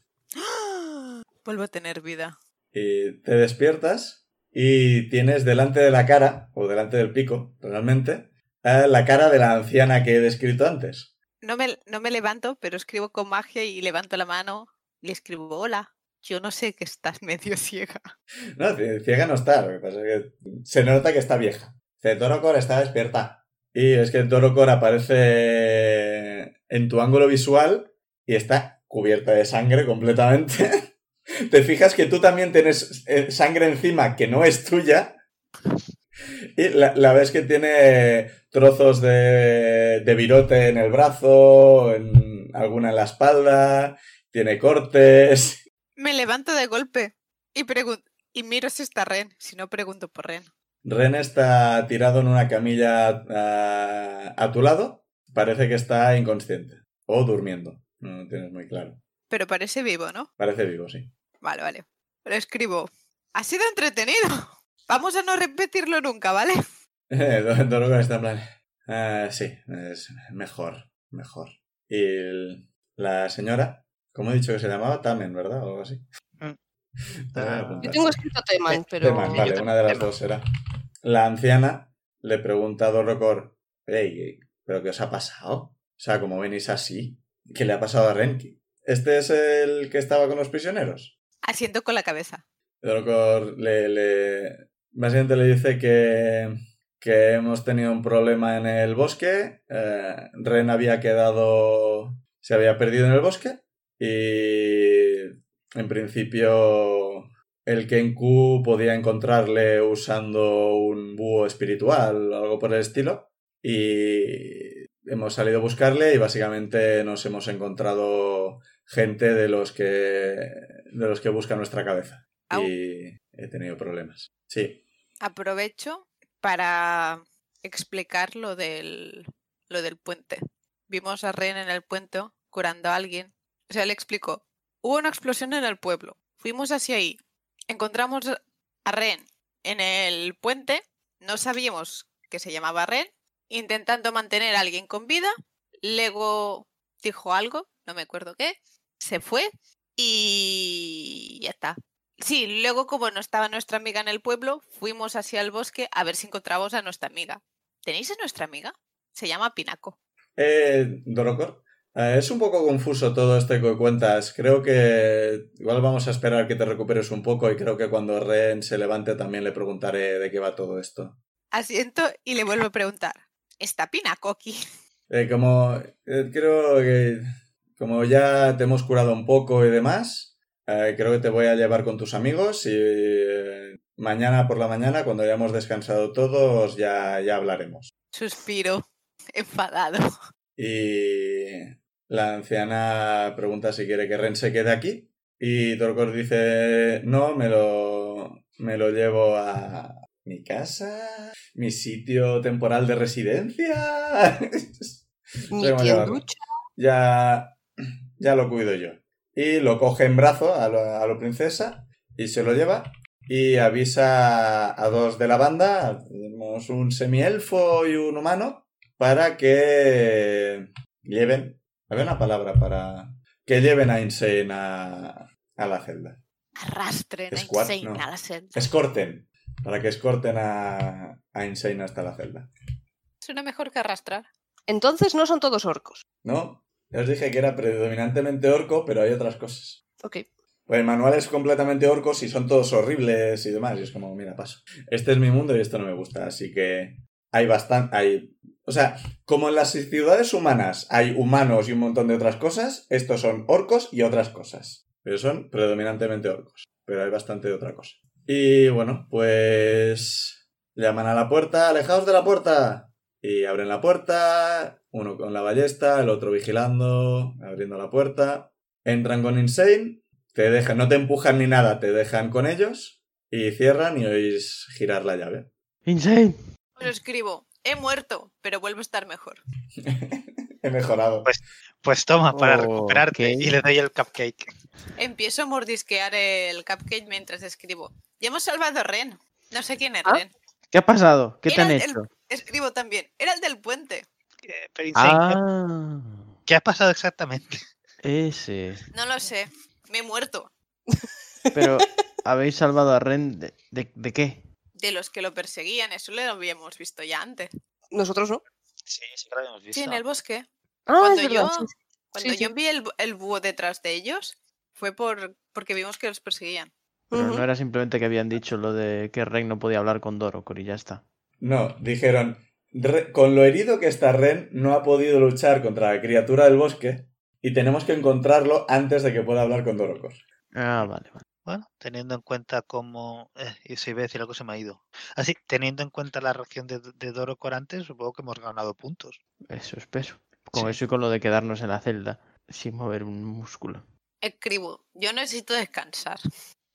Speaker 3: Vuelvo a tener vida.
Speaker 1: Y te despiertas y tienes delante de la cara, o delante del pico, realmente, eh, la cara de la anciana que he descrito antes.
Speaker 3: No me, no me levanto, pero escribo con magia y levanto la mano y escribo hola. Yo no sé que estás medio ciega.
Speaker 1: No, cie- ciega no está, lo que pasa es que se nota que está vieja. Dice, Dorocor está despierta. Y es que Dorocor aparece en tu ángulo visual y está cubierta de sangre completamente. Te fijas que tú también tienes eh, sangre encima que no es tuya. Y la, la ves que tiene trozos de, de virote en el brazo, en- alguna en la espalda, tiene cortes.
Speaker 3: Me levanto de golpe y pregun- y miro si está Ren. Si no, pregunto por Ren.
Speaker 1: Ren está tirado en una camilla ah, a tu lado. Parece que está inconsciente. O durmiendo. No lo tienes muy claro.
Speaker 3: Pero parece vivo, ¿no?
Speaker 1: Parece vivo, sí.
Speaker 3: Vale, vale. Lo escribo. Ha sido entretenido. Vamos a no repetirlo nunca, ¿vale?
Speaker 1: Dorogon está en plan. "Ah, sí, es mejor. Mejor. Y el- la señora, ¿cómo he dicho que se llamaba? Tamen, ¿verdad? O algo así.
Speaker 2: Mm.
Speaker 1: Te voy a apuntar.
Speaker 4: Yo tengo escrito Teman, pero.
Speaker 1: Teman, vale,
Speaker 2: Yo
Speaker 1: una de las
Speaker 2: Teman.
Speaker 1: dos será. La anciana le pregunta a Dorocor, "Ey, ¿pero qué os ha pasado? O sea, ¿cómo venís así? ¿Qué le ha pasado a Renki? ¿Este es el que estaba con los prisioneros?
Speaker 3: Asiento con la cabeza.
Speaker 1: Dorocor le, le... Básicamente le dice que, que hemos tenido un problema en el bosque. eh, Ren había quedado... Se había perdido en el bosque. Y en principio el Kenku podía encontrarle usando un búho espiritual o algo por el estilo. Y hemos salido a buscarle y básicamente nos hemos encontrado gente de los que, de los que buscan nuestra cabeza.
Speaker 3: Au.
Speaker 1: Y he tenido problemas. Sí.
Speaker 3: Aprovecho para explicar lo del, lo del puente. Vimos a Ren en el puente curando a alguien. O sea, le explicó. Hubo una explosión en el pueblo. Fuimos hacia ahí. Encontramos a Ren en el puente. No sabíamos que se llamaba Ren. Intentando mantener a alguien con vida. Luego dijo algo, no me acuerdo qué. Se fue y ya está. Sí, luego como no estaba nuestra amiga en el pueblo, fuimos hacia el bosque a ver si encontrábamos a nuestra amiga. ¿Tenéis a nuestra amiga? Se llama Pinaco.
Speaker 1: Eh, Dorocor, eh, es un poco confuso todo esto que cuentas. Creo que igual vamos a esperar que te recuperes un poco y creo que cuando Ren se levante también le preguntaré de qué va todo esto.
Speaker 3: Asiento y le vuelvo a preguntar. ¿Está Pinaco aquí?
Speaker 1: Eh, como eh, creo que como ya te hemos curado un poco y demás, eh, creo que te voy a llevar con tus amigos y eh, mañana por la mañana, cuando hayamos descansado todos, ya, ya hablaremos.
Speaker 3: Suspiro, enfadado.
Speaker 1: Y la anciana pregunta si quiere que Ren se quede aquí y Torcor dice, no, me lo, me lo llevo a mi casa, mi sitio temporal de residencia. Tengo
Speaker 4: Mi
Speaker 1: que
Speaker 4: tía en
Speaker 1: llevarlo.
Speaker 4: ducha.
Speaker 1: ya, ya lo cuido yo. Y lo coge en brazo a la, a la princesa y se lo lleva y avisa a dos de la banda, tenemos un semielfo y un humano, para que lleven, había una palabra para, que lleven a Insane a, a la celda.
Speaker 3: Arrastren a
Speaker 1: Squad,
Speaker 3: Insane
Speaker 1: no.
Speaker 3: a la celda.
Speaker 1: Escorten, para que escorten a, a Insane hasta la celda.
Speaker 3: Suena mejor que arrastrar.
Speaker 4: Entonces no son todos orcos.
Speaker 1: ¿No? Ya os dije que era predominantemente orco, pero hay otras cosas.
Speaker 4: Ok.
Speaker 1: Pues el manual es completamente orcos y son todos horribles y demás. Y es como, mira, paso. Este es mi mundo y esto no me gusta. Así que hay bastante. Hay... O sea, como en las ciudades humanas hay humanos y un montón de otras cosas, estos son orcos y otras cosas. Pero son predominantemente orcos. Pero hay bastante de otra cosa. Y bueno, pues. Llaman a la puerta, alejaos de la puerta. Y abren la puerta, uno con la ballesta, el otro vigilando, abriendo la puerta. Entran con Insane, te dejan, no te empujan ni nada, te dejan con ellos y cierran y oís girar la llave.
Speaker 5: Insane.
Speaker 3: Os escribo. He muerto, pero vuelvo a estar mejor.
Speaker 1: He mejorado.
Speaker 2: Pues toma, para
Speaker 5: Oh,
Speaker 2: recuperarte.
Speaker 5: ok.
Speaker 2: Y le doy el cupcake.
Speaker 3: Empiezo a mordisquear el cupcake mientras escribo. Ya hemos salvado a Ren. No sé quién es
Speaker 4: Ah.
Speaker 3: Ren.
Speaker 5: ¿Qué ha pasado? ¿Qué te han
Speaker 3: Era el-
Speaker 5: hecho?
Speaker 3: Escribo también. Era el del puente.
Speaker 2: Eh, Pero Insane, ¿qué-
Speaker 5: Ah,
Speaker 2: ¿qué ha pasado exactamente?
Speaker 5: ese.
Speaker 3: No lo sé. Me he muerto.
Speaker 5: Pero, ¿habéis salvado a Ren de, de- de qué?
Speaker 3: De los que lo perseguían, eso lo habíamos visto ya antes.
Speaker 4: Nosotros no.
Speaker 2: Sí, sí que lo habíamos visto.
Speaker 3: Sí, en el bosque.
Speaker 4: Ah,
Speaker 3: Cuando
Speaker 4: es verdad.
Speaker 3: yo-
Speaker 4: sí, sí.
Speaker 3: Cuando
Speaker 4: Sí,
Speaker 3: yo
Speaker 4: sí.
Speaker 3: vi el, el búho detrás de ellos, fue por porque vimos que los perseguían.
Speaker 5: Pero
Speaker 4: Ujú.
Speaker 5: no era simplemente que habían dicho lo de que Ren no podía hablar con Dorocor y ya está.
Speaker 1: No, dijeron, "Re- con lo herido que está Ren, no ha podido luchar contra la criatura del bosque y tenemos que encontrarlo antes de que pueda hablar con Dorocor.
Speaker 5: Ah, vale, vale.
Speaker 2: Bueno, teniendo en cuenta cómo. eh, y si iba a decir algo, se me ha ido. Así, teniendo en cuenta la reacción de, de Doro Corante, supongo que hemos ganado puntos.
Speaker 5: Eso es peso. Con
Speaker 2: Sí.
Speaker 5: eso y con lo de quedarnos en la celda sin mover un músculo.
Speaker 3: Escribo, yo necesito descansar.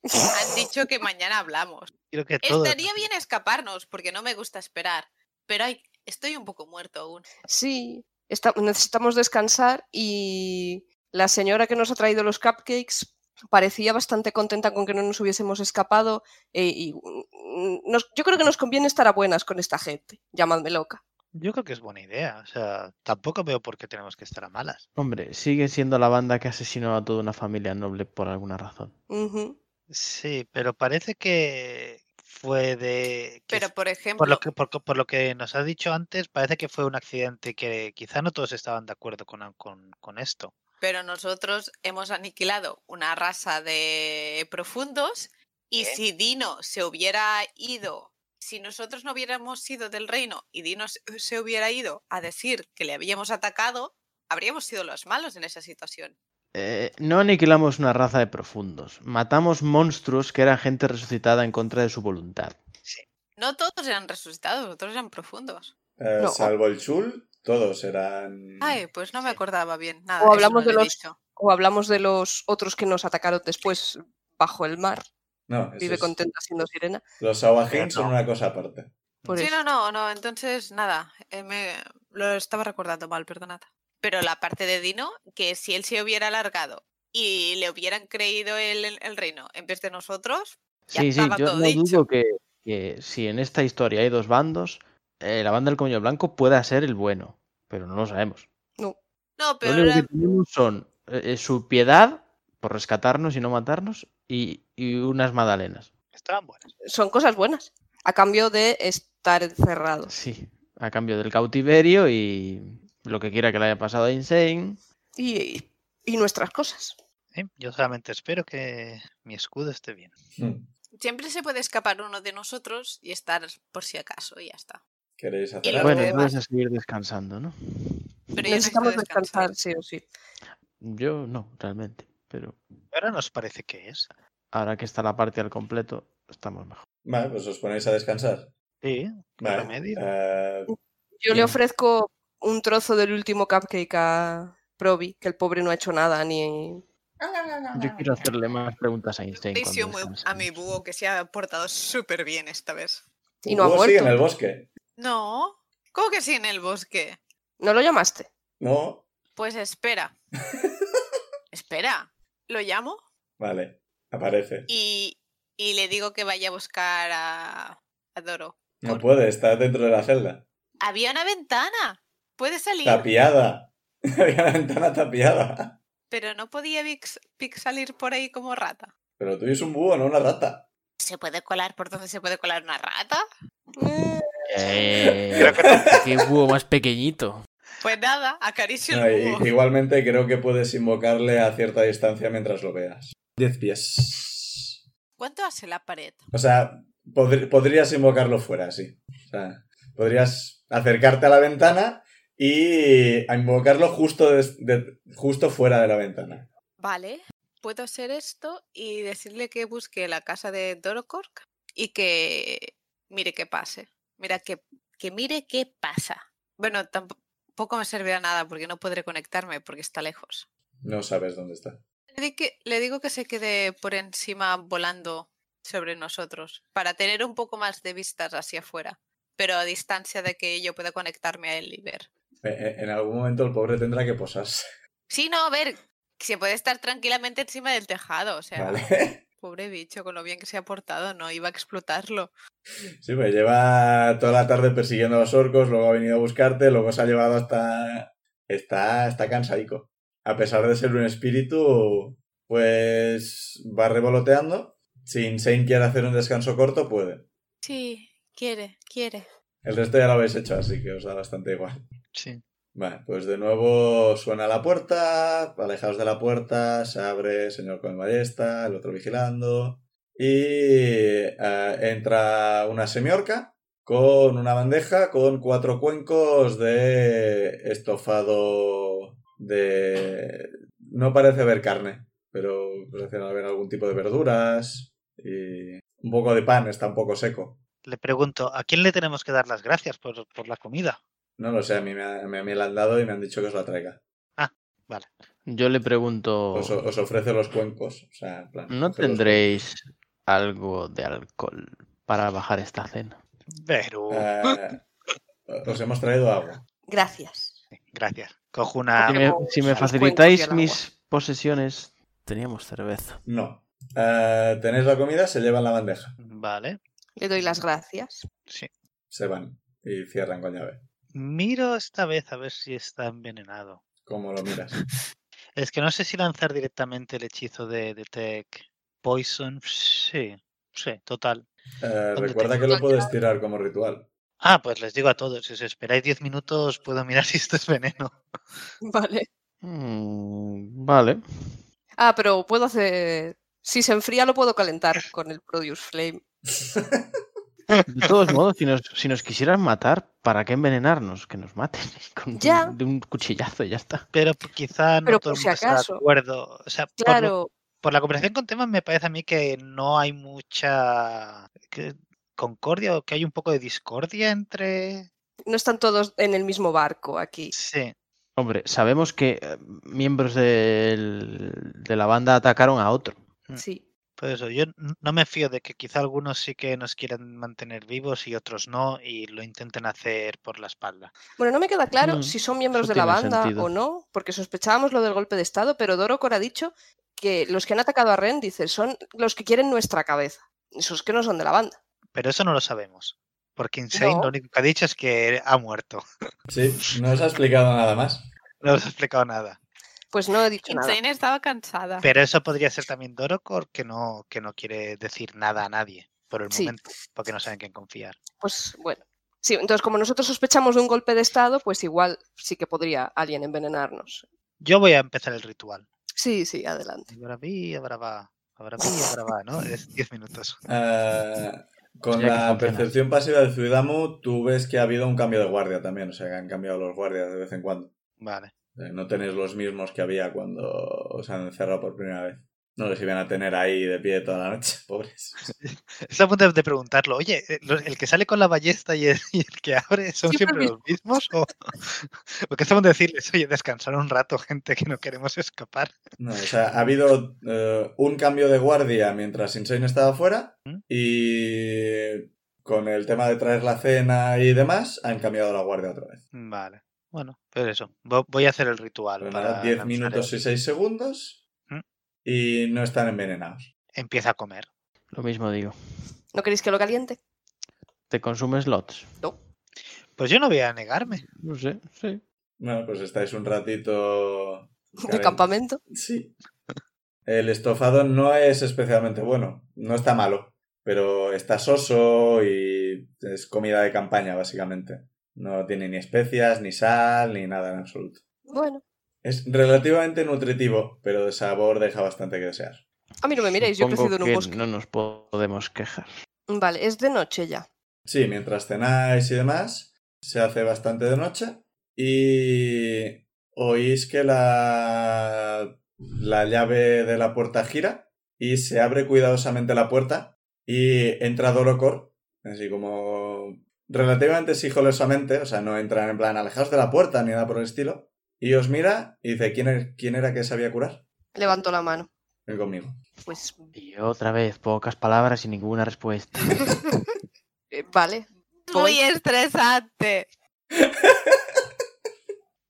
Speaker 3: Han dicho que mañana hablamos.
Speaker 2: Creo que todo.
Speaker 3: Estaría bien escaparnos porque no me gusta esperar, pero hay- estoy un poco muerto aún.
Speaker 4: Sí, está- necesitamos descansar y la señora que nos ha traído los cupcakes parecía bastante contenta con que no nos hubiésemos escapado e- y mm, nos- yo creo que nos conviene estar a buenas con esta gente. Llamadme loca.
Speaker 2: Yo creo que es buena idea. O sea, tampoco veo por qué tenemos que estar a malas.
Speaker 5: Hombre, sigue siendo la banda que asesinó a toda una familia noble por alguna razón.
Speaker 4: Ujú.
Speaker 2: Sí, pero parece que fue de. que
Speaker 3: Pero
Speaker 2: es-
Speaker 3: por ejemplo,
Speaker 2: por lo, que, por, co- por lo que nos has dicho antes, parece que fue un accidente que quizá no todos estaban de acuerdo con, a- con, con esto.
Speaker 3: pero nosotros hemos aniquilado una raza de profundos y
Speaker 2: ¿Eh?
Speaker 3: si Dino se hubiera ido, si nosotros no hubiéramos sido del reino y Dino se- eh, se hubiera ido a decir que le habíamos atacado, habríamos sido los malos en esa situación.
Speaker 5: Eh, no aniquilamos una raza de profundos. Matamos monstruos que eran gente resucitada en contra de su voluntad.
Speaker 3: No todos eran resucitados, otros eran profundos.
Speaker 1: Eh,
Speaker 4: No.
Speaker 1: Salvo el Chul, todos eran...
Speaker 3: Ay, pues no me acordaba bien. Nada,
Speaker 4: Mm,
Speaker 3: eso
Speaker 4: O hablamos
Speaker 3: no
Speaker 4: de
Speaker 3: lo he
Speaker 4: los-
Speaker 3: dicho.
Speaker 4: O hablamos de los otros que nos atacaron después bajo el mar.
Speaker 1: No, eso
Speaker 4: Vive
Speaker 1: es- Mm.
Speaker 4: contenta siendo sirena. pues
Speaker 1: los Sawajin
Speaker 2: Pero
Speaker 1: son
Speaker 2: no.
Speaker 1: una cosa aparte.
Speaker 4: Por
Speaker 3: Sí,
Speaker 4: eso.
Speaker 3: no, no, no, entonces nada, eh, me, lo estaba recordando mal, perdonad. Pero la parte de Dino, que si él se hubiera alargado y le hubieran creído el, el- el reino en vez de nosotros, Ya
Speaker 5: Sí, sí,
Speaker 3: estaba
Speaker 5: yo
Speaker 3: todo
Speaker 5: no
Speaker 3: dicho.
Speaker 5: dudo que, que si en esta historia hay dos bandos, eh, la banda del Coño Blanco pueda ser el bueno, pero no lo sabemos.
Speaker 4: No.
Speaker 3: no,
Speaker 5: Lo
Speaker 3: pero
Speaker 5: único
Speaker 3: era-
Speaker 5: que tenemos son eh, eh, su piedad por rescatarnos y no matarnos y, y unas magdalenas.
Speaker 2: Estaban buenas.
Speaker 4: Son cosas buenas. A cambio de estar encerrados.
Speaker 5: Sí, a cambio del cautiverio y lo que quiera que le haya pasado a Insane.
Speaker 4: Y, y nuestras cosas.
Speaker 2: Sí, ¿eh? Yo solamente espero que mi escudo esté bien.
Speaker 1: Hmm.
Speaker 3: siempre se puede escapar uno de nosotros y estar por si acaso y ya está.
Speaker 1: ¿Queréis hacer
Speaker 3: Y los
Speaker 1: algo?
Speaker 5: Bueno,
Speaker 3: demás.
Speaker 5: vamos a seguir descansando, ¿no?
Speaker 3: Pero yo necesito
Speaker 4: Necesitamos descansar,
Speaker 3: descansar.
Speaker 4: sí o sí.
Speaker 5: Yo no, realmente, pero
Speaker 2: Ahora nos parece que es.
Speaker 5: ahora que está la parte al completo, estamos mejor.
Speaker 1: Vale, pues os ponéis a descansar.
Speaker 2: Sí, ¿qué
Speaker 1: Vale.
Speaker 2: remedio?
Speaker 1: eh,
Speaker 4: Yo le
Speaker 1: Bien.
Speaker 4: ofrezco un trozo del último cupcake a Probi, que el pobre no ha hecho nada ni.
Speaker 5: Yo quiero hacerle más preguntas a Insane.
Speaker 3: He sido
Speaker 5: cuando
Speaker 3: muy- a
Speaker 5: descansemos.
Speaker 3: mi búho que se ha portado súper bien esta vez.
Speaker 4: Y no ha
Speaker 1: Hugo
Speaker 4: muerto.
Speaker 1: sigue en el bosque.
Speaker 3: No, ¿cómo que sí en el bosque?
Speaker 4: ¿No lo llamaste?
Speaker 1: No,
Speaker 3: Pues espera. espera. Lo llamo
Speaker 1: vale, aparece.
Speaker 3: y, y le digo que vaya a buscar a, a Doro.
Speaker 1: No puede, está dentro de la celda.
Speaker 3: Había una ventana. Puede salir,
Speaker 1: Tapiada. Había la ventana tapiada.
Speaker 3: pero no podía Vix, Pix salir por ahí como rata.
Speaker 1: Pero tú eres un búho, no una rata.
Speaker 3: ¿Se puede colar por donde se puede colar una rata?
Speaker 7: Eh, qué búho más pequeñito.
Speaker 3: Pues nada, acaricio
Speaker 1: No,
Speaker 3: el
Speaker 1: i-
Speaker 3: búho.
Speaker 1: igualmente creo que puedes invocarle a cierta distancia mientras lo veas. 10 pies.
Speaker 3: ¿Cuánto hace la pared?
Speaker 1: O sea, podr- podrías invocarlo fuera, sí. O sea, podrías acercarte a la ventana y a invocarlo justo, des- de- justo fuera de la ventana.
Speaker 3: Vale, puedo hacer esto y decirle que busque la casa de Dorocork y que mire qué pase. Mira que, que mire qué pasa. Bueno, tampoco me servirá nada porque no podré conectarme porque está lejos.
Speaker 1: No sabes dónde está.
Speaker 3: Le, di que- le digo que se quede por encima volando sobre nosotros para tener un poco más de vistas hacia afuera, pero a distancia de que yo pueda conectarme a él y ver.
Speaker 1: E- e- En algún momento el pobre tendrá que posarse.
Speaker 3: Sí, no, a ver, se puede estar tranquilamente encima del tejado, o sea,
Speaker 1: ¿Vale?
Speaker 3: pobre bicho, con lo bien que se ha portado, no iba a explotarlo.
Speaker 1: Sí, pues lleva toda la tarde persiguiendo a los orcos, luego ha venido a buscarte, luego se ha llevado hasta... Está, está cansadico. A pesar de ser un espíritu, pues va revoloteando. Si Insane quiere hacer un descanso corto, puede.
Speaker 3: Sí, quiere, quiere.
Speaker 1: El resto ya lo habéis hecho, así que os da bastante igual.
Speaker 2: Sí.
Speaker 1: Vale, pues de nuevo suena la puerta, alejaos de la puerta, se abre el señor con ballesta, el otro vigilando, y eh, entra una semiorca con una bandeja con cuatro cuencos de estofado de... No parece haber carne, pero pues hacer haber algún tipo de verduras y un poco de pan, está un poco seco.
Speaker 2: Le pregunto, ¿a quién le tenemos que dar las gracias por, por la comida?
Speaker 1: No lo sé, a mí me, ha- a mí me la han dado y me han dicho que os la traiga.
Speaker 5: Yo le pregunto,
Speaker 1: Os, os ofrece los cuencos. O sea, en plan,
Speaker 5: Oh. ¿no
Speaker 1: ofrece los
Speaker 5: tendréis algo de alcohol para bajar esta cena?
Speaker 2: Pero,
Speaker 1: cuencos. Eh, os hemos traído agua.
Speaker 4: Gracias.
Speaker 2: gracias. Cojo una...
Speaker 5: Si me,
Speaker 4: Tenemos
Speaker 5: si
Speaker 4: los
Speaker 5: me
Speaker 4: cuencos y el
Speaker 5: facilitáis
Speaker 4: agua.
Speaker 5: mis posesiones,
Speaker 7: Teníamos cerveza.
Speaker 1: No. Eh, tenéis la comida, se llevan la bandeja.
Speaker 2: Vale.
Speaker 4: Le doy las gracias.
Speaker 1: Se van y cierran con llave.
Speaker 2: Miro esta vez a ver si está envenenado.
Speaker 1: Como lo miras. Eh,
Speaker 2: Es que no sé si lanzar directamente el hechizo de Detect Poison. Sí, sí, total.
Speaker 1: Eh, recuerda que lo puedes tirar como ritual.
Speaker 2: Ah, pues les digo a todos, si os esperáis 10 minutos puedo mirar si esto es veneno.
Speaker 4: Vale.
Speaker 5: mm, vale.
Speaker 4: Ah, pero puedo hacer. Si se enfría, lo puedo calentar con el Produce Flame.
Speaker 5: De todos modos, si nos, si nos quisieran matar, ¿para qué envenenarnos? Que nos maten con un-
Speaker 4: Ya.
Speaker 5: de un cuchillazo y ya está.
Speaker 2: Pero p- quizá no
Speaker 4: Pero
Speaker 2: todo
Speaker 4: por
Speaker 2: el
Speaker 4: si
Speaker 2: mundo está
Speaker 4: acaso.
Speaker 2: de acuerdo. O sea, por lo- por,
Speaker 4: Claro,
Speaker 2: la conversación con temas me parece a mí que no hay mucha que- concordia o que hay un poco de discordia entre...
Speaker 4: no están todos en el mismo barco aquí.
Speaker 2: Sí,
Speaker 5: Hombre, sabemos que eh, miembros del- de la banda atacaron a otro.
Speaker 2: Mm.
Speaker 4: Sí.
Speaker 2: por eso yo n- no me fío de que quizá algunos sí que nos quieran mantener vivos y otros no y lo intenten hacer por la espalda.
Speaker 4: Bueno, no me queda claro
Speaker 5: Mm,
Speaker 4: si son miembros
Speaker 5: eso
Speaker 4: de la
Speaker 5: tiene
Speaker 4: banda
Speaker 5: sentido.
Speaker 4: o no, porque sospechábamos lo del golpe de Estado, pero Dorocor ha dicho que los que han atacado a Ren, dice, son los que quieren nuestra cabeza. Esos que no son de la banda.
Speaker 2: Pero eso no lo sabemos. Porque Insane
Speaker 4: No.
Speaker 2: lo único que ha dicho es que ha muerto.
Speaker 1: Sí, no os ha explicado nada más.
Speaker 2: No os ha explicado nada.
Speaker 4: Pues no he dicho nada.
Speaker 3: Insane estaba
Speaker 4: Ah.
Speaker 3: cansada.
Speaker 2: Pero eso podría ser también Dorocor, que no, que no quiere decir nada a nadie por el
Speaker 4: Sí.
Speaker 2: momento, porque no saben en quién confiar.
Speaker 4: Pues bueno. Sí, entonces como nosotros sospechamos de un golpe de Estado, pues igual sí que podría alguien envenenarnos.
Speaker 2: Yo voy a empezar el ritual.
Speaker 4: Sí, sí, adelante.
Speaker 2: Ahora vi, ahora va. Ahora vi, ahora va, ¿no? Es 10 minutos.
Speaker 1: Eh, con
Speaker 5: Ya que
Speaker 1: la
Speaker 5: funciona.
Speaker 1: percepción pasiva de Zuidamu, tú ves que ha habido un cambio de guardia también. O sea, que han cambiado los guardias de vez en cuando.
Speaker 2: Vale.
Speaker 1: Eh, No tenéis los mismos que había cuando os han encerrado por primera vez. No les iban a tener ahí de pie toda la noche, pobres.
Speaker 2: Está a punto de preguntarlo. Oye, eh, lo- ¿el que sale con la ballesta y el, y el que abre son
Speaker 4: Siempre
Speaker 2: siempre
Speaker 4: el
Speaker 2: los mismos? ¿O, o qué estamos de decirles? Oye, descansar un rato, gente, que no queremos escapar.
Speaker 1: No, o sea, ha habido eh, un cambio de guardia mientras Insane estaba fuera
Speaker 2: ¿Mm?
Speaker 1: y con el tema de traer la cena y demás, han cambiado la guardia otra vez.
Speaker 2: Vale. Bueno, pero eso. vo- Voy a hacer el ritual.
Speaker 1: Pero
Speaker 2: para
Speaker 1: nada, 10
Speaker 2: lanzar
Speaker 1: minutos
Speaker 2: el-
Speaker 1: y 6 segundos
Speaker 2: ¿Mm?
Speaker 1: y no están envenenados.
Speaker 2: Empieza a comer.
Speaker 5: Lo mismo digo.
Speaker 4: ¿No queréis que lo caliente?
Speaker 5: ¿Te consumes lots?
Speaker 2: Pues yo no voy a negarme.
Speaker 5: No sé, sí.
Speaker 1: Bueno, pues estáis un ratito...
Speaker 4: ¿De campamento?
Speaker 1: Sí. El estofado no es especialmente bueno, no está malo, pero está soso y es comida de campaña, básicamente. No tiene ni especias, ni sal, ni nada en absoluto.
Speaker 4: Bueno,
Speaker 1: Es relativamente nutritivo, pero de sabor deja bastante que desear.
Speaker 4: a mí no me miréis, yo he
Speaker 5: Supongo
Speaker 4: crecido en un
Speaker 5: que
Speaker 4: bosque.
Speaker 5: No nos podemos quejar.
Speaker 4: Vale, es de noche ya.
Speaker 1: Sí, mientras cenáis y demás, se hace bastante de noche y oís que la, la llave de la puerta gira y se abre cuidadosamente la puerta y entra Dorocor, así como relativamente sigilosamente, o sea, no entran en plan alejados de la puerta ni nada por el estilo, y os mira y dice, ¿quién, er- quién era que sabía curar?
Speaker 4: Levanto la mano.
Speaker 1: Ven conmigo.
Speaker 4: Pues
Speaker 5: Y otra vez, pocas palabras y ninguna respuesta.
Speaker 4: eh, vale,
Speaker 3: Muy estresante.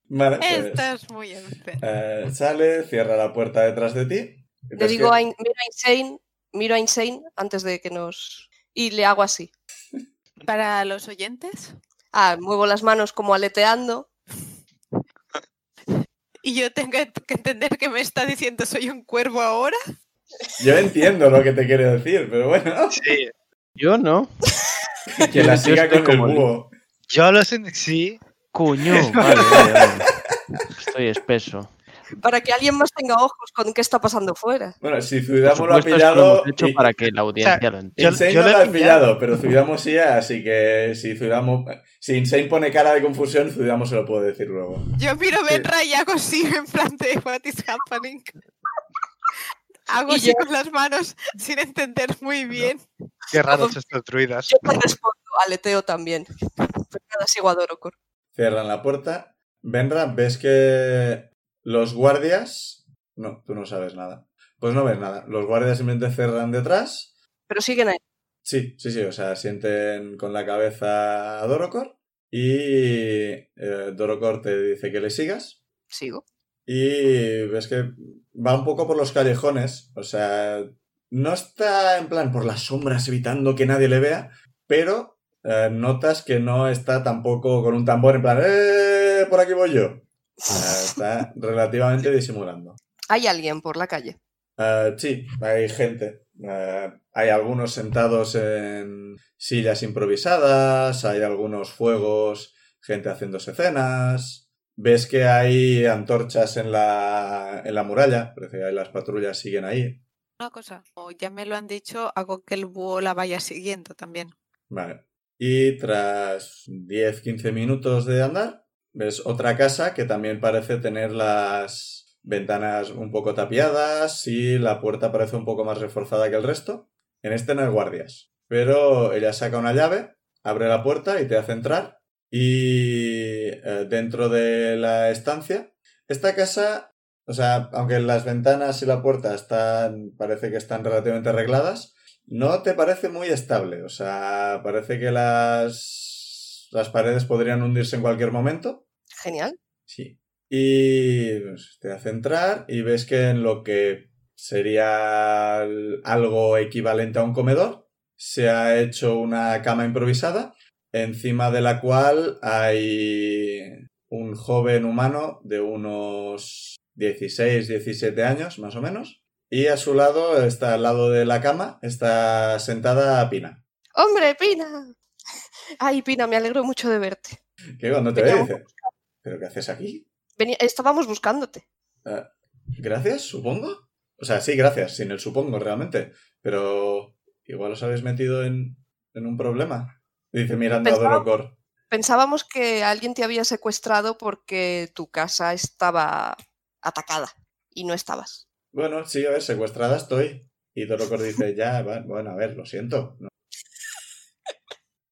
Speaker 1: Vale, pues,
Speaker 3: Estás muy enfermo.
Speaker 1: eh, sale, cierra la puerta detrás de ti.
Speaker 4: Le
Speaker 1: Ves
Speaker 4: digo,
Speaker 1: que-
Speaker 4: a In- miro a Insane, miro a Insane antes de que nos... Y le hago así.
Speaker 3: Para los oyentes,
Speaker 4: Ah, muevo las manos como aleteando.
Speaker 3: y yo tengo que entender que me está diciendo soy un cuervo ahora.
Speaker 1: Yo entiendo lo que te quiere decir, pero bueno,
Speaker 2: Sí,
Speaker 5: Yo no.
Speaker 1: que la
Speaker 5: Yo
Speaker 1: siga
Speaker 5: estoy
Speaker 1: con el
Speaker 5: como
Speaker 1: búho.
Speaker 2: yo lo sé, sí.
Speaker 5: Coño, vale, vale, vale. Estoy espeso.
Speaker 4: Para que alguien más tenga ojos con qué está pasando fuera.
Speaker 1: Bueno, si
Speaker 5: Por
Speaker 1: Zuidamo lo ha
Speaker 5: supuesto, esto lo
Speaker 1: pillado.
Speaker 5: hemos hecho
Speaker 1: y-
Speaker 5: para que la audiencia lo entienda.
Speaker 2: yo-
Speaker 1: Insane
Speaker 2: yo
Speaker 1: no
Speaker 2: lo he
Speaker 1: lo ha
Speaker 2: pillado.
Speaker 1: pillado, pero Zuidamo sí, así que si Zuidamo. Si Insane pone cara de confusión, Zuidamo se lo puede decir luego.
Speaker 3: Yo miro a Benra y hago así en plan de what is happening. Hago
Speaker 4: Y
Speaker 3: así con las manos sin entender muy bien.
Speaker 2: Qué raros estos druidas.
Speaker 4: Yo te respondo, aleteo también. Pero nada, sigo a Dorocor.
Speaker 1: Cierran la puerta. Benra, ves que los guardias. No, tú no sabes nada. Pues no ves nada. Los guardias simplemente cerran detrás.
Speaker 4: Pero siguen ahí.
Speaker 1: Sí, sí, sí, o sea, sienten con la cabeza a Dorocor y eh, Dorocor te dice que le sigas
Speaker 4: Sigo.
Speaker 1: y ves que va un poco por los callejones, o sea, no está en plan por las sombras evitando que nadie le vea, pero eh, notas que no está tampoco con un tambor en plan, ¡eh! Por aquí voy yo. O sea, está relativamente disimulando.
Speaker 4: Hay alguien por la calle.
Speaker 1: Eh, sí, hay gente. Eh, hay algunos sentados en sillas improvisadas, hay algunos fuegos, gente haciéndose cenas. Ves que hay antorchas en la, en la muralla, parece que ahí las patrullas siguen ahí.
Speaker 3: Una cosa, o ya me lo han dicho, hago que el búho la vaya siguiendo también.
Speaker 1: Vale. Y tras 10-15 minutos de andar, ves otra casa que también parece tener las ventanas un poco tapiadas y la puerta parece un poco más reforzada que el resto. En este no hay guardias, pero ella saca una llave, abre la puerta y te hace entrar. Y eh, dentro de la estancia, esta casa, o sea, aunque las ventanas y la puerta están, parece que están relativamente arregladas, no te parece muy estable, o sea, parece que las, las paredes podrían hundirse en cualquier momento.
Speaker 4: Genial.
Speaker 1: Sí. Y pues, te hace entrar y ves que en lo que sería el- algo equivalente a un comedor, se ha hecho una cama improvisada, encima de la cual hay un joven humano de unos 16, 17 años, más o menos. Y a su lado, está al lado de la cama, está sentada Pina.
Speaker 4: ¡Hombre, Pina! Ay, Pina, me alegro mucho de verte.
Speaker 1: Que cuando te
Speaker 4: Te
Speaker 1: ve
Speaker 4: llamo
Speaker 1: dice, ¿pero qué haces aquí?
Speaker 4: Venía- estábamos buscándote.
Speaker 1: Gracias, supongo. O sea, sí, gracias, sin el supongo realmente. Pero igual os habéis metido en, en un problema. Dice mirando a
Speaker 4: Pensaba-
Speaker 1: Dorocor.
Speaker 4: Pensábamos que alguien te había secuestrado porque tu casa estaba atacada y no estabas.
Speaker 1: Bueno, sí, a ver, secuestrada estoy. Y Dorocor dice, ya, va- bueno, a ver, lo siento. No-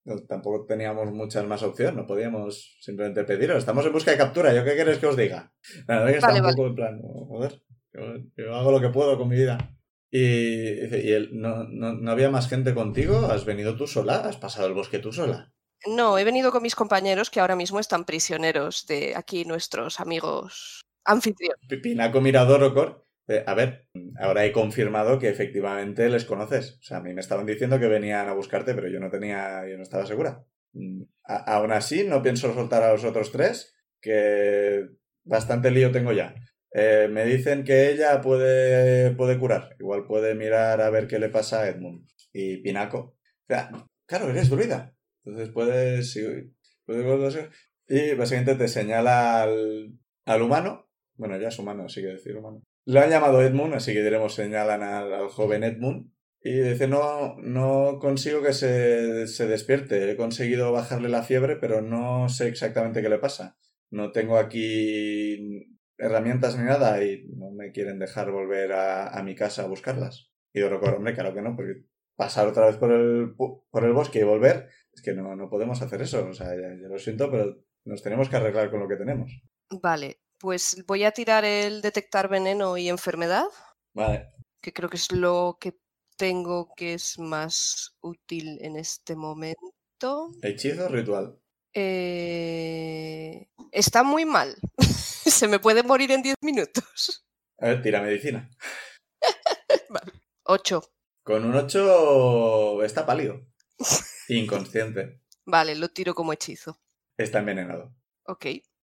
Speaker 1: no, tampoco teníamos muchas más opciones, no podíamos simplemente pediros. Estamos en busca de captura, ¿yo qué queréis que os diga? Nada, que está
Speaker 4: Vale,
Speaker 1: un
Speaker 4: vale.
Speaker 1: poco en plan, "Oh, joder, yo, yo hago lo que puedo con mi vida. Y dice, ¿y él, no, no, no había más gente contigo? ¿Has venido tú sola? ¿Has pasado el bosque tú sola?
Speaker 4: No, he venido con mis compañeros que ahora mismo están prisioneros de aquí nuestros amigos anfitriones.
Speaker 1: Pi- Pinaco Mirador Ocor. eh, A ver, ahora he confirmado que efectivamente les conoces. O sea, a mí me estaban diciendo que venían a buscarte, pero yo no tenía, yo no estaba segura. Mm, a- aún así, no pienso soltar a los otros tres, que bastante lío tengo ya. Eh, me dicen que ella puede, puede curar. Igual puede mirar a ver qué le pasa a Edmund. Y Pinaco. o sea, claro, eres druida. Entonces puedes. sí, puedes y básicamente te señala al, al humano bueno, ya es humano, así que decir humano. Lo han llamado Edmund, así que diremos, señalan al, al joven Edmund. Y dice, no, no consigo que se, se despierte. He conseguido bajarle la fiebre, pero no sé exactamente qué le pasa. No tengo aquí herramientas ni nada y no me quieren dejar volver a, a mi casa a buscarlas. Y yo recuerdo, hombre, claro que no, porque pasar otra vez por el, pu- por el bosque y volver, es que no, no podemos hacer eso. O sea, ya- ya lo siento, pero nos tenemos que arreglar con lo que tenemos.
Speaker 4: Vale, pues voy a tirar el detectar veneno y enfermedad,
Speaker 1: Vale,
Speaker 4: que creo que es lo que tengo que es más útil en este momento.
Speaker 1: hechizo ritual.
Speaker 4: Eh, Está muy mal. Se me puede morir en 10 minutos.
Speaker 1: A ver, tira medicina.
Speaker 4: 8.
Speaker 1: Con un 8 está pálido. Inconsciente.
Speaker 4: Vale, lo tiro como hechizo.
Speaker 1: Está envenenado.
Speaker 4: Ok.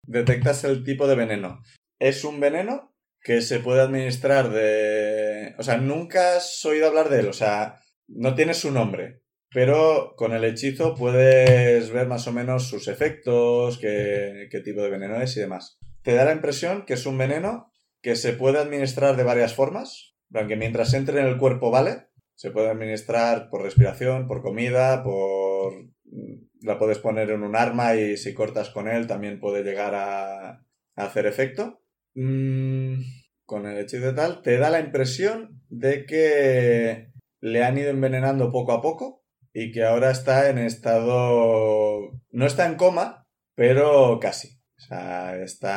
Speaker 1: Detectas el tipo de veneno. Es un veneno que se puede administrar de... O sea, nunca has oído hablar de él. O sea, no tiene su nombre. Pero con el hechizo puedes ver más o menos sus efectos, qué, qué tipo de veneno es y demás. Te da la impresión que es un veneno que se puede administrar de varias formas. Aunque mientras entre en el cuerpo vale, se puede administrar por respiración, por comida, por... mm, La puedes poner en un arma y si cortas con él también puede llegar a, a hacer efecto. Mm, con el hechizo y tal, te da la impresión de que le han ido envenenando poco a poco y que ahora está en estado... No está en coma, pero casi. O sea, está